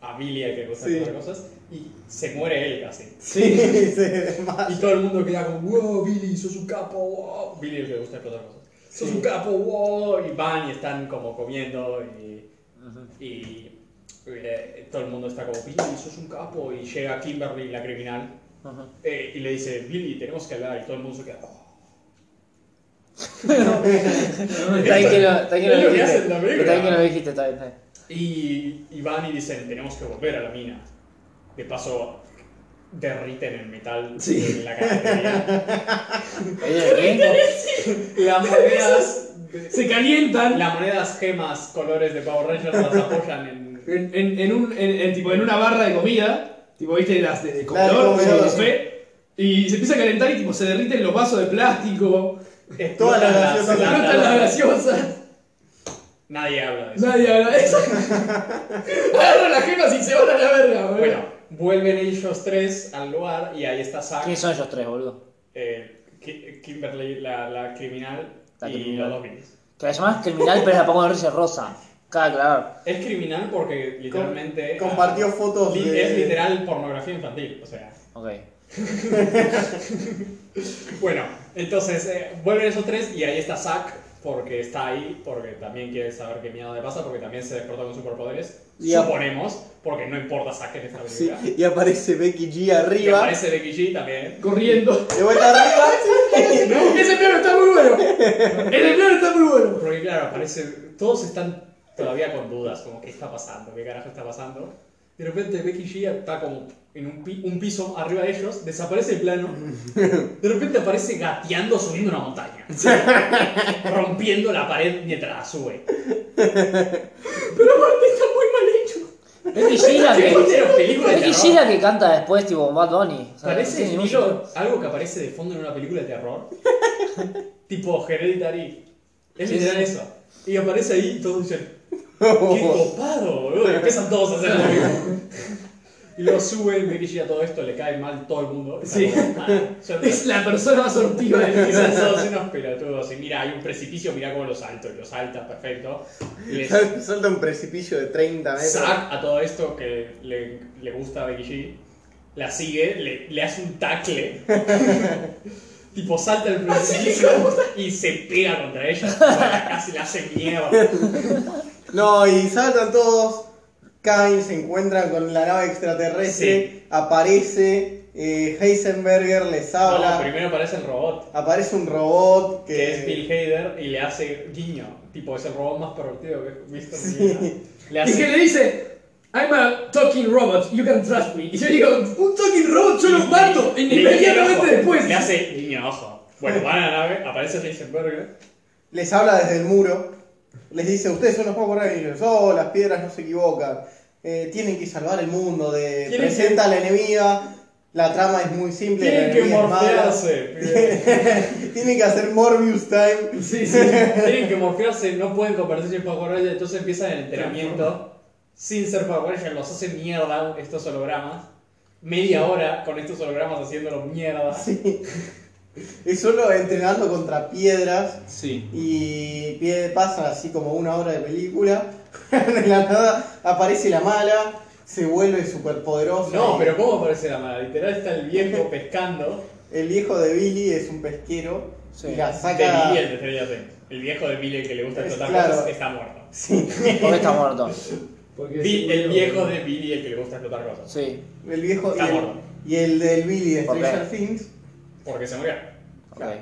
[SPEAKER 4] a Billy el que le gusta
[SPEAKER 5] Sí.
[SPEAKER 4] todas las cosas, y se muere él casi.
[SPEAKER 5] [laughs] Sí, sí,
[SPEAKER 4] Y
[SPEAKER 5] más.
[SPEAKER 4] todo el mundo queda como, wow, Billy, sos un capo, wow. Billy el que le gusta explotar cosas. Sos
[SPEAKER 5] Sí.
[SPEAKER 4] un capo, wow. Y van y están como comiendo y. y eh, todo el mundo está como, Billy, sos un capo. Y llega Kimberly, la criminal, eh, y le dice, Billy, tenemos que hablar. Y todo el mundo se queda, "Oh".
[SPEAKER 6] Está bien que lo, está bien que
[SPEAKER 4] Es
[SPEAKER 6] lo
[SPEAKER 4] lo que hacen
[SPEAKER 6] dijiste.
[SPEAKER 4] en la
[SPEAKER 6] Está
[SPEAKER 4] película.
[SPEAKER 6] bien que lo dijiste, está bien, está bien.
[SPEAKER 4] Y, y van y dicen, tenemos que volver a la mina. De paso, derriten el metal en
[SPEAKER 5] [laughs]
[SPEAKER 4] la cafetería.
[SPEAKER 6] ¿Ella
[SPEAKER 4] [laughs]
[SPEAKER 6] qué?
[SPEAKER 4] Las monedas, de-
[SPEAKER 2] Se calientan
[SPEAKER 4] las monedas, gemas, colores de Power Rangers las apoyan en...
[SPEAKER 5] [laughs]
[SPEAKER 2] en, en- en un, en, en- tipo, en una barra de comida, tipo, viste, las de, de
[SPEAKER 5] Claro,
[SPEAKER 2] comedor,
[SPEAKER 5] comedor,
[SPEAKER 2] de
[SPEAKER 5] sí.
[SPEAKER 2] buffet, y se empieza a calentar y tipo, se derriten los vasos de plástico,
[SPEAKER 5] Todas las gaseosas
[SPEAKER 4] explotan las
[SPEAKER 2] explotan
[SPEAKER 4] latas.
[SPEAKER 2] las graciosas,
[SPEAKER 4] Nadie habla de eso.
[SPEAKER 2] nadie habla de eso. [laughs] Agarran las gemas y se van a la verga, boludo.
[SPEAKER 4] Bueno, vuelven ellos tres al lugar y ahí está Zack,
[SPEAKER 6] ¿Quiénes son ellos tres, boludo?
[SPEAKER 4] eh, Ki- Kimberly, la, la criminal,
[SPEAKER 6] La
[SPEAKER 4] y los
[SPEAKER 6] criminal.
[SPEAKER 4] dos Billys.
[SPEAKER 6] Que la llamás criminal, pero la pongo de risa rosa. Cada aclarar.
[SPEAKER 4] Es criminal porque literalmente...
[SPEAKER 5] Compartió fotos
[SPEAKER 4] Li-
[SPEAKER 5] de...
[SPEAKER 4] Es literal pornografía infantil, o sea...
[SPEAKER 6] Ok.
[SPEAKER 4] Bueno, entonces eh, vuelven esos tres y ahí está Zack porque está ahí, porque también quiere saber qué mierda le pasa, porque también se despertó con superpoderes.
[SPEAKER 5] Y a-
[SPEAKER 4] Suponemos, porque no importa Zack en esta
[SPEAKER 5] Sí,
[SPEAKER 4] película.
[SPEAKER 5] y aparece Becky G
[SPEAKER 4] Y
[SPEAKER 5] arriba.
[SPEAKER 4] aparece Becky G también.
[SPEAKER 2] [laughs] Corriendo.
[SPEAKER 5] De vuelta arriba.
[SPEAKER 2] No, ese plano está muy bueno. Ese plano está muy bueno.
[SPEAKER 4] Porque claro, aparece. Todos están todavía con dudas, como qué está pasando, qué carajo está pasando. De repente Becky G está como en un, pi- un piso arriba de ellos, desaparece el plano. De repente aparece gateando subiendo una montaña. [laughs] Rompiendo la pared mientras la sube.
[SPEAKER 2] Pero aparte está muy mal hecho.
[SPEAKER 6] Becky G la
[SPEAKER 4] ¿Qué
[SPEAKER 6] que.
[SPEAKER 4] viste las películas de
[SPEAKER 6] Becky G
[SPEAKER 4] terror?
[SPEAKER 6] la que canta después, tipo Bad Bunny. O sea, no
[SPEAKER 4] Parece
[SPEAKER 6] tiene ningún
[SPEAKER 4] estilo- algo que aparece de fondo en una película de terror. [laughs] tipo Hereditary. Es
[SPEAKER 6] Sí,
[SPEAKER 4] literal
[SPEAKER 6] sí.
[SPEAKER 4] eso. Y aparece ahí y todos dicen, ¡qué copado, boludo! Y empiezan todos a hacer lo mismo. Y luego sube y Becky G a todo esto, le cae mal todo el mundo. Está
[SPEAKER 2] Sí.
[SPEAKER 4] como, "Ah, yo no-
[SPEAKER 2] Es la persona más sortiva del
[SPEAKER 4] Y
[SPEAKER 2] mundo.
[SPEAKER 4] son todos unos pelotudos. Y mira, hay un precipicio, mira cómo lo salto. Y lo salta, perfecto. Y les-
[SPEAKER 5] Sal- [laughs] Salta un precipicio de 30 metros.
[SPEAKER 4] Zack a todo esto que le, le gusta a Becky G, la sigue, le, le hace
[SPEAKER 5] [laughs]
[SPEAKER 4] un tackle. tipo salta el precipicio y se pega contra
[SPEAKER 5] [laughs]
[SPEAKER 4] ella. O sea, casi la hace mierda.
[SPEAKER 5] No, y saltan todos. Caen, se encuentran con la nave extraterrestre. Aparece eh, Heisenberger, les habla.
[SPEAKER 4] No, primero aparece el robot,
[SPEAKER 5] Aparece un robot que.
[SPEAKER 4] que es Bill Hader, y le hace guiño. Tipo, es el robot más pervertido que he visto en mi vida. Le
[SPEAKER 2] Y que
[SPEAKER 4] hace.
[SPEAKER 2] le dice, I'm a talking robot, you can trust me. Y yo digo, un talking robot, yo lo mato
[SPEAKER 4] le-
[SPEAKER 2] en-
[SPEAKER 4] le guiña el ojo.
[SPEAKER 2] inmediatamente después.
[SPEAKER 4] Le hace guiño ojo. Bueno, van a la nave, aparece Heisenberger.
[SPEAKER 5] Les habla desde el muro. Les dice, ustedes son los Power Rangers. Oh, las piedras no se equivocan. Eh, tienen que salvar el mundo. De...
[SPEAKER 4] Tienen
[SPEAKER 5] Presenta a la enemiga. La trama es muy simple. la
[SPEAKER 4] Tienen que
[SPEAKER 5] enemiga es mala.
[SPEAKER 4] morfearse. pibe.
[SPEAKER 5] Tienen que hacer Morbius Time. [laughs]
[SPEAKER 2] Sí, sí.
[SPEAKER 4] Tienen que morfearse, no pueden convertirse en Power Rangers, entonces empiezan el entrenamiento sin ser Power Rangers, los hacen mierda estos hologramas. Media hora con estos hologramas haciéndolos mierda.
[SPEAKER 5] Es solo entrenando contra piedras
[SPEAKER 4] Sí.
[SPEAKER 5] y pie- pasa así como una hora de película. [laughs] de la nada aparece la mala, se vuelve súper poderoso.
[SPEAKER 4] No, pero ¿cómo aparece la mala? Literal está el
[SPEAKER 6] [laughs]
[SPEAKER 4] viejo pescando.
[SPEAKER 5] El viejo de Billy es un pesquero
[SPEAKER 6] Sí.
[SPEAKER 5] y la
[SPEAKER 4] De
[SPEAKER 5] saca.
[SPEAKER 4] Billy, el de Stranger Things. El viejo de Billy el que le gusta
[SPEAKER 5] Es
[SPEAKER 4] explotar
[SPEAKER 5] claro.
[SPEAKER 4] cosas está muerto.
[SPEAKER 6] sentido. ¿Por qué está muerto?
[SPEAKER 4] Vi- el viejo de Billy el que le gusta explotar cosas.
[SPEAKER 6] Sí.
[SPEAKER 5] El viejo y
[SPEAKER 4] Está
[SPEAKER 5] el,
[SPEAKER 4] gordo.
[SPEAKER 5] y el del Billy de
[SPEAKER 6] ¿Por qué?
[SPEAKER 5] Stranger Things.
[SPEAKER 4] Porque se murió.
[SPEAKER 6] Ok.
[SPEAKER 4] Claro.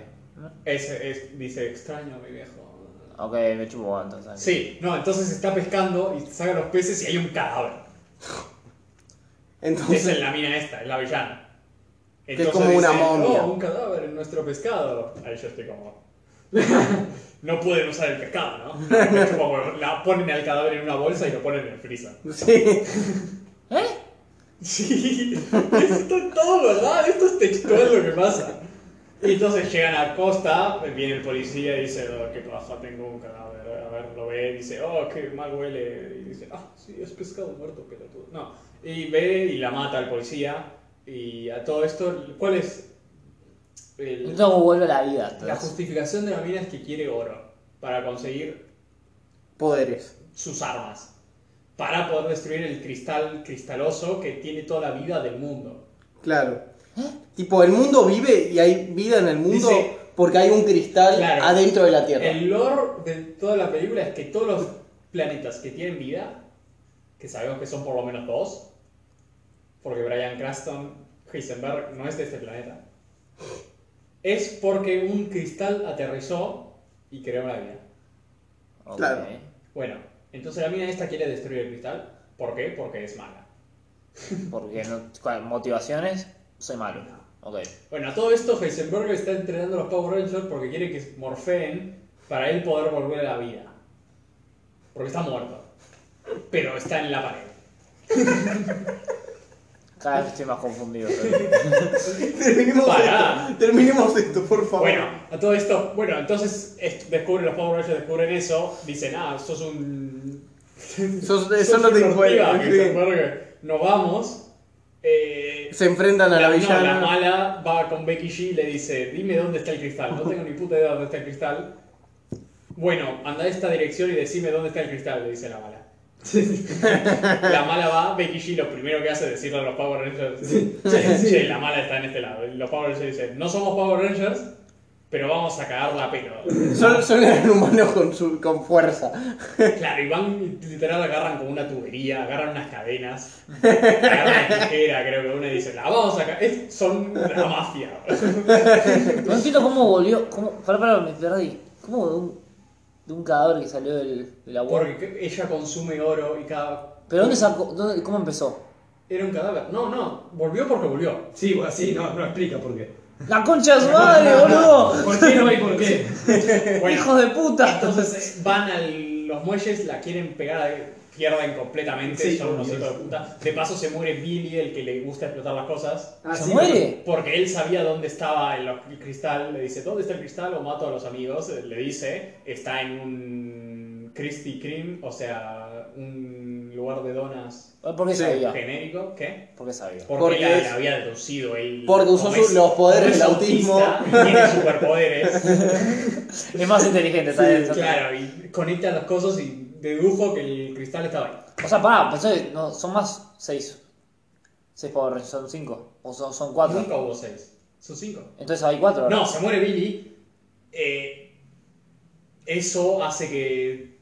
[SPEAKER 4] Ese es, dice, extraño a mi viejo.
[SPEAKER 6] Ok, me chupo entonces.
[SPEAKER 4] Sí, no, entonces está pescando y saca los peces y hay un cadáver. Esa
[SPEAKER 5] Entonces,
[SPEAKER 4] es la mina esta, es la villana.
[SPEAKER 5] es como una momia.
[SPEAKER 4] Oh, un cadáver en nuestro pescado. Ahí yo estoy como. [laughs] no pueden usar el
[SPEAKER 5] [laughs]
[SPEAKER 4] pescado, ¿no? Me chupa un huevo. la ponen al cadáver en una bolsa y lo ponen en el freezer.
[SPEAKER 5] [laughs] sí.
[SPEAKER 6] ¿Eh?
[SPEAKER 4] Sí, esto es todo verdad, esto es textual lo que pasa. Y entonces llegan a Costa, viene el policía y dice, "Oh, qué paja, tengo un cadáver, a ver, lo ve, y dice, oh, qué mal huele, y dice, ah, sí, es pescado muerto, pelotudo. No, y ve y la mata al policía, y a todo esto, ¿cuál es? el-
[SPEAKER 6] Entonces vuelve a la vida.
[SPEAKER 4] la
[SPEAKER 6] entonces.
[SPEAKER 4] justificación de la mina es que quiere oro para conseguir
[SPEAKER 5] Poderes.
[SPEAKER 4] sus armas. para poder destruir el cristal cristaloso que tiene toda la vida del mundo.
[SPEAKER 5] Claro. Tipo, el mundo vive y hay vida en el mundo
[SPEAKER 4] Dice-
[SPEAKER 5] porque hay un cristal
[SPEAKER 4] Claro.
[SPEAKER 5] adentro de la Tierra.
[SPEAKER 4] El lore de toda la película es que todos los planetas que tienen vida, que sabemos que son por lo menos dos, porque Brian Cranston Heisenberg no es de este planeta, es porque un cristal aterrizó y creó la vida.
[SPEAKER 5] Claro.
[SPEAKER 6] Ok.
[SPEAKER 4] Bueno, entonces la mina esta quiere destruir el cristal. ¿Por qué? Porque es mala.
[SPEAKER 6] Porque no, ¿cuál? motivaciones, soy malo. Ok.
[SPEAKER 4] Bueno, a todo esto Heisenberg está entrenando a los Power Rangers porque quiere que morfeen para él poder volver a la vida. Porque está muerto. Pero está en la pared.
[SPEAKER 6] Cada vez estoy más confundido.
[SPEAKER 5] Terminemos,
[SPEAKER 4] Pará.
[SPEAKER 5] esto. Terminemos esto, por favor.
[SPEAKER 4] Bueno, a todo esto, bueno, entonces es- descubren los Power Rangers, descubren eso, dicen, ah, sos un...
[SPEAKER 5] Sos- eso no te
[SPEAKER 4] un ortiga,
[SPEAKER 5] importa,
[SPEAKER 4] Heisenberg. Nos vamos. Eh,
[SPEAKER 5] Se enfrentan a la
[SPEAKER 4] no,
[SPEAKER 5] villana.
[SPEAKER 4] la mala va con Becky G y le dice, dime dónde está el cristal. No tengo ni puta idea dónde está el cristal. Bueno, anda a esta dirección y decime dónde está el cristal, le dice la mala. [laughs] la mala va, Becky G lo primero que hace es decirle a los Power Rangers, che, che, la mala está en este lado. Y los Power Rangers dicen, no somos Power Rangers, pero vamos a cagarla a pelo.
[SPEAKER 5] [laughs] Son, son eran humanos con, su, con fuerza.
[SPEAKER 4] Claro, y van, literal, agarran como una tubería, agarran unas cadenas, [laughs] agarran una tijera, creo que una y dicen, la vamos a cagar. Es- Son la mafia.
[SPEAKER 6] No entiendo cómo volvió. Cómo, pará, pará, me perdí. ¿Cómo de un, de un cadáver que salió del, del agua?
[SPEAKER 4] Porque ella consume oro y cada.
[SPEAKER 6] ¿Pero dónde sacó? dónde- ¿Cómo empezó?
[SPEAKER 4] Era un cadáver. No, no, volvió
[SPEAKER 2] [laughs]
[SPEAKER 4] porque volvió.
[SPEAKER 2] Sí, bueno, sí, no, no explica por qué.
[SPEAKER 6] ¡La concha de su madre, boludo!
[SPEAKER 2] ¿Por qué no hay [laughs] por qué?
[SPEAKER 4] Bueno,
[SPEAKER 6] ¡Hijos de puta!
[SPEAKER 4] entonces eh, van a los muelles, la quieren pegar, a- pierden completamente,
[SPEAKER 2] Sí,
[SPEAKER 4] son unos
[SPEAKER 2] obvio.
[SPEAKER 4] hijos de puta. De paso se muere Billy, el que le gusta explotar las cosas.
[SPEAKER 2] Ah,
[SPEAKER 6] ¿Se
[SPEAKER 2] sí,
[SPEAKER 6] muere?
[SPEAKER 4] Porque él sabía dónde estaba el, el cristal, le dice, ¿dónde está el cristal? O mato a los amigos, eh, le dice, está en un Krispy Kreme, o sea, un lugar de donas
[SPEAKER 6] ¿Por qué
[SPEAKER 5] Sí.
[SPEAKER 6] sabía?
[SPEAKER 4] genérico, ¿qué?
[SPEAKER 6] ¿Por qué sabía?
[SPEAKER 4] Porque,
[SPEAKER 5] Porque
[SPEAKER 4] la,
[SPEAKER 5] es-
[SPEAKER 4] la había deducido él.
[SPEAKER 5] porque usó
[SPEAKER 4] como
[SPEAKER 5] su-
[SPEAKER 4] es-
[SPEAKER 5] los poderes
[SPEAKER 4] como es
[SPEAKER 5] del autismo.
[SPEAKER 4] autista y [laughs] tiene
[SPEAKER 5] [laughs]
[SPEAKER 4] superpoderes.
[SPEAKER 6] Es más inteligente, ¿sabes?
[SPEAKER 4] claro, y conecta las cosas y dedujo que el cristal estaba ahí.
[SPEAKER 6] O sea, pará, pensé que no, son más seis. Seis Power Rangers, son cinco. O son, son cuatro.
[SPEAKER 4] Nunca hubo seis. Son cinco.
[SPEAKER 6] Entonces hay cuatro. ahora.
[SPEAKER 4] No, se muere Billy. Eh, eso hace que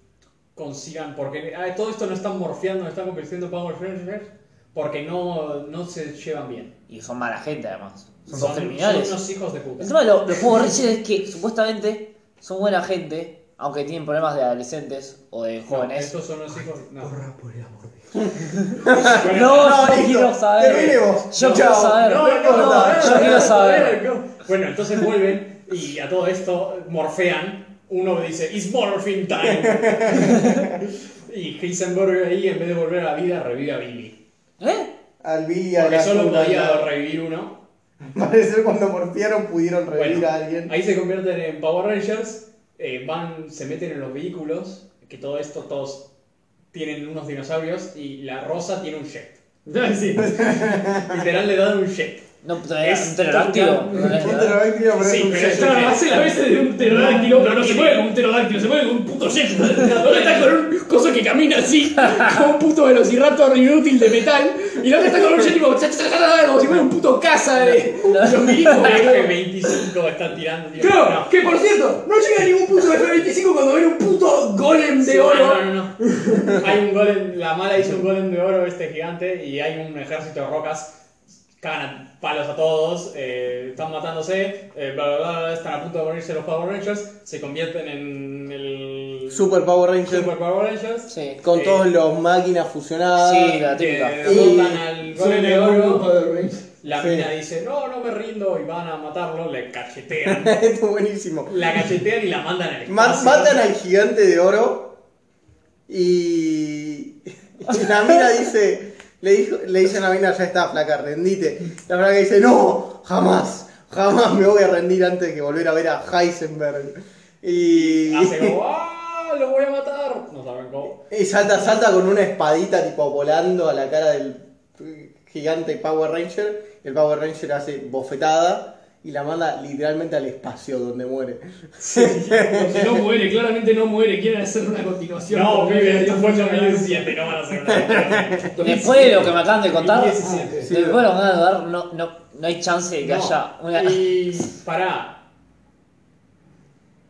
[SPEAKER 4] consigan. Porque ah, todo esto no están morfeando, no están convirtiendo en Power Rangers. Porque no, no se llevan bien.
[SPEAKER 6] Y son mala gente además. Son,
[SPEAKER 4] Son,
[SPEAKER 6] criminales.
[SPEAKER 4] son unos hijos de
[SPEAKER 6] El
[SPEAKER 4] puta.
[SPEAKER 6] tema de lo- los Power Rangers es que supuestamente son buena gente, aunque tienen problemas de adolescentes o de
[SPEAKER 4] No,
[SPEAKER 6] jóvenes.
[SPEAKER 4] estos son los hijos. No.
[SPEAKER 2] Porra, por el amor de Dios.
[SPEAKER 4] [laughs]
[SPEAKER 6] No, yo
[SPEAKER 5] listo.
[SPEAKER 6] quiero saber.
[SPEAKER 5] Terminemos.
[SPEAKER 6] Yo quiero
[SPEAKER 5] Chao.
[SPEAKER 6] saber.
[SPEAKER 5] No,
[SPEAKER 4] No, no,
[SPEAKER 5] no,
[SPEAKER 4] no,
[SPEAKER 6] yo
[SPEAKER 4] no,
[SPEAKER 6] quiero
[SPEAKER 4] no,
[SPEAKER 6] saber.
[SPEAKER 4] no. Bueno, entonces vuelven y a todo esto morfean. Uno dice, it's morphine time. [laughs] y Heisenberg ahí, en vez de volver a la vida, revive a Billy.
[SPEAKER 6] ¿Eh?
[SPEAKER 5] Al Billy y a
[SPEAKER 4] Porque
[SPEAKER 5] la
[SPEAKER 4] solo
[SPEAKER 5] Zunda,
[SPEAKER 4] podía
[SPEAKER 5] [laughs] claro.
[SPEAKER 4] revivir uno.
[SPEAKER 5] Parecer cuando morfieron pudieron revivir
[SPEAKER 4] Bueno,
[SPEAKER 5] a alguien.
[SPEAKER 4] ahí se convierten en Power Rangers. eh, van, se meten en los vehículos. Que todo esto, todos tienen unos dinosaurios. Y la rosa tiene un jet. [laughs]
[SPEAKER 2] No, sí.
[SPEAKER 4] Literal, le dan un jet.
[SPEAKER 6] No, te-
[SPEAKER 4] Es
[SPEAKER 6] un pterodáctilo.
[SPEAKER 4] total-
[SPEAKER 5] Un pterodáctilo, pero
[SPEAKER 4] Sí,
[SPEAKER 5] es un
[SPEAKER 4] pero
[SPEAKER 5] jet.
[SPEAKER 4] es
[SPEAKER 2] Claro, hace la vez de un pterodáctilo, pero no se mueve como un pterodáctilo, se mueve como un puto jet. Ahora está con un coso que camina así, como un puto velociraptor inútil de metal, y la otra está con un jet tipo, como si fuera un puto caza de los [laughs] milicos.
[SPEAKER 4] El
[SPEAKER 2] boludo.
[SPEAKER 4] F-25 están tirando. tío.
[SPEAKER 2] Claro, que por cierto, no llega a ningún puto F-25 cuando ven un puto golem de
[SPEAKER 4] No,
[SPEAKER 2] oro.
[SPEAKER 4] no, no. Hay un golem, la mala hizo un golem de oro este gigante y hay un ejército de rocas. Cagan a palos a todos, eh, están matándose, eh, bla, bla, bla, bla, están a punto de morirse los Power Rangers, se convierten en el
[SPEAKER 5] Super Power Ranger.
[SPEAKER 4] Super Power Rangers.
[SPEAKER 6] Sí.
[SPEAKER 5] Con
[SPEAKER 4] Eh,
[SPEAKER 5] todos los máquinas fusionadas.
[SPEAKER 6] Sí, la típica.
[SPEAKER 4] Eh,
[SPEAKER 5] Y-
[SPEAKER 4] derrotan al golem de oro, la
[SPEAKER 5] Sí.
[SPEAKER 4] mina dice, no, no me rindo y van a matarlo, le
[SPEAKER 5] [laughs]
[SPEAKER 4] cachetean.
[SPEAKER 5] Esto es buenísimo.
[SPEAKER 4] la cachetean y la mandan al espacio.
[SPEAKER 5] Ma- matan al gigante de oro y, y la mina dice, le, dijo, le dice a la mina, ya está, flaca, rendite. La flaca dice, no, jamás, jamás me voy a rendir antes de que volver a ver a Heisenberg. Y,
[SPEAKER 4] Hace como, ¡ah! ¡Lo voy a matar! No saben cómo.
[SPEAKER 5] y salta, salta con una espadita tipo volando a la cara del eh, gigante Power Ranger. El Power Ranger hace bofetada y la manda literalmente al espacio donde muere.
[SPEAKER 8] Porque no muere, claramente no muere. Quieren hacer una continuación.
[SPEAKER 4] No,
[SPEAKER 8] Porque
[SPEAKER 4] pibe, esto
[SPEAKER 8] Dios
[SPEAKER 4] fue en
[SPEAKER 8] mío,
[SPEAKER 4] 2017, no van a [laughs] hacer una.
[SPEAKER 3] Después de lo que me acaban de contar,
[SPEAKER 4] 2017.
[SPEAKER 5] Sí.
[SPEAKER 3] después de lo que me acaban de dar, no, no, no hay chance de que haya
[SPEAKER 4] No,
[SPEAKER 3] una.
[SPEAKER 4] Y pará.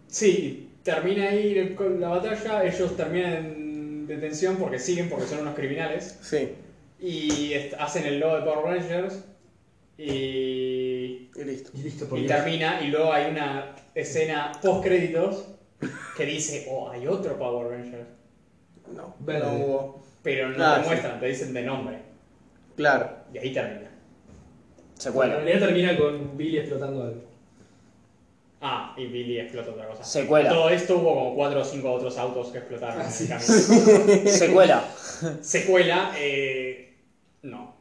[SPEAKER 4] Sí, termina ahí el- con la batalla, ellos terminan en detención porque siguen, porque son unos criminales.
[SPEAKER 5] Sí,
[SPEAKER 4] Y est- hacen el logo de Power Rangers. Y,
[SPEAKER 5] y listo.
[SPEAKER 2] Y listo, por
[SPEAKER 4] y
[SPEAKER 2] Dios.
[SPEAKER 4] termina, y luego hay una escena post créditos que dice, oh, hay otro Power Ranger.
[SPEAKER 5] No,
[SPEAKER 2] Verde.
[SPEAKER 5] no hubo.
[SPEAKER 4] Pero no
[SPEAKER 5] Ah,
[SPEAKER 4] te
[SPEAKER 5] sí.
[SPEAKER 4] muestran, te dicen de nombre.
[SPEAKER 5] Claro,
[SPEAKER 4] Y ahí termina.
[SPEAKER 2] En
[SPEAKER 3] Secuela.
[SPEAKER 2] realidad termina con Billy explotando algo.
[SPEAKER 4] Ah, y Billy explota otra cosa.
[SPEAKER 3] Secuela.
[SPEAKER 4] Todo esto hubo como 4 o 5 otros autos que explotaron
[SPEAKER 5] Ah,
[SPEAKER 4] en el
[SPEAKER 3] [laughs]
[SPEAKER 4] camino.
[SPEAKER 3] Secuela.
[SPEAKER 4] Secuela, eh, no.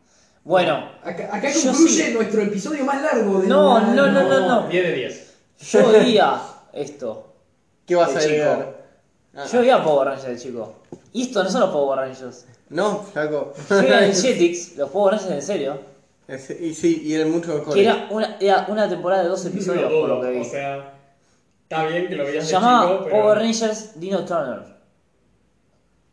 [SPEAKER 3] Bueno,
[SPEAKER 2] Acá, acá
[SPEAKER 3] Yo
[SPEAKER 2] concluye
[SPEAKER 3] sí.
[SPEAKER 2] nuestro episodio más largo de
[SPEAKER 3] No,
[SPEAKER 2] la-
[SPEAKER 3] no, no, no, no.
[SPEAKER 4] 10 de 10.
[SPEAKER 3] yo odia esto.
[SPEAKER 5] ¿qué vas a
[SPEAKER 3] Eh, chico.
[SPEAKER 5] agregar? Ah,
[SPEAKER 3] Yo odia Power Rangers, chico. Y esto no son los Power Rangers.
[SPEAKER 5] No, flaco.
[SPEAKER 3] Yo era en Jetix, los Power Rangers en serio.
[SPEAKER 5] Es- y sí, y eran mucho mejores.
[SPEAKER 3] Que era una, era una temporada de dos
[SPEAKER 4] No
[SPEAKER 3] episodios,
[SPEAKER 4] lo
[SPEAKER 3] por lo
[SPEAKER 4] dudo,
[SPEAKER 3] que
[SPEAKER 4] o
[SPEAKER 3] vi.
[SPEAKER 4] sea, está bien que lo veías
[SPEAKER 3] Se
[SPEAKER 4] de
[SPEAKER 3] llamaba
[SPEAKER 4] chico, pero...
[SPEAKER 3] Power Rangers Dino Turner.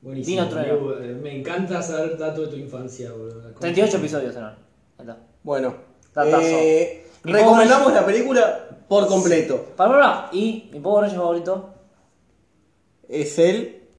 [SPEAKER 2] Buenísimo.
[SPEAKER 3] Dino Trueno.
[SPEAKER 2] boludo. Eh, Me encanta saber datos de tu infancia, boludo.
[SPEAKER 3] 38 episodios eran. Ahí está.
[SPEAKER 5] Bueno,
[SPEAKER 3] Datazo.
[SPEAKER 5] eh,
[SPEAKER 3] Mi
[SPEAKER 5] recomendamos
[SPEAKER 3] pobre-
[SPEAKER 5] la película por completo.
[SPEAKER 3] Palabra y mi Power Ranger favorito.
[SPEAKER 5] Es el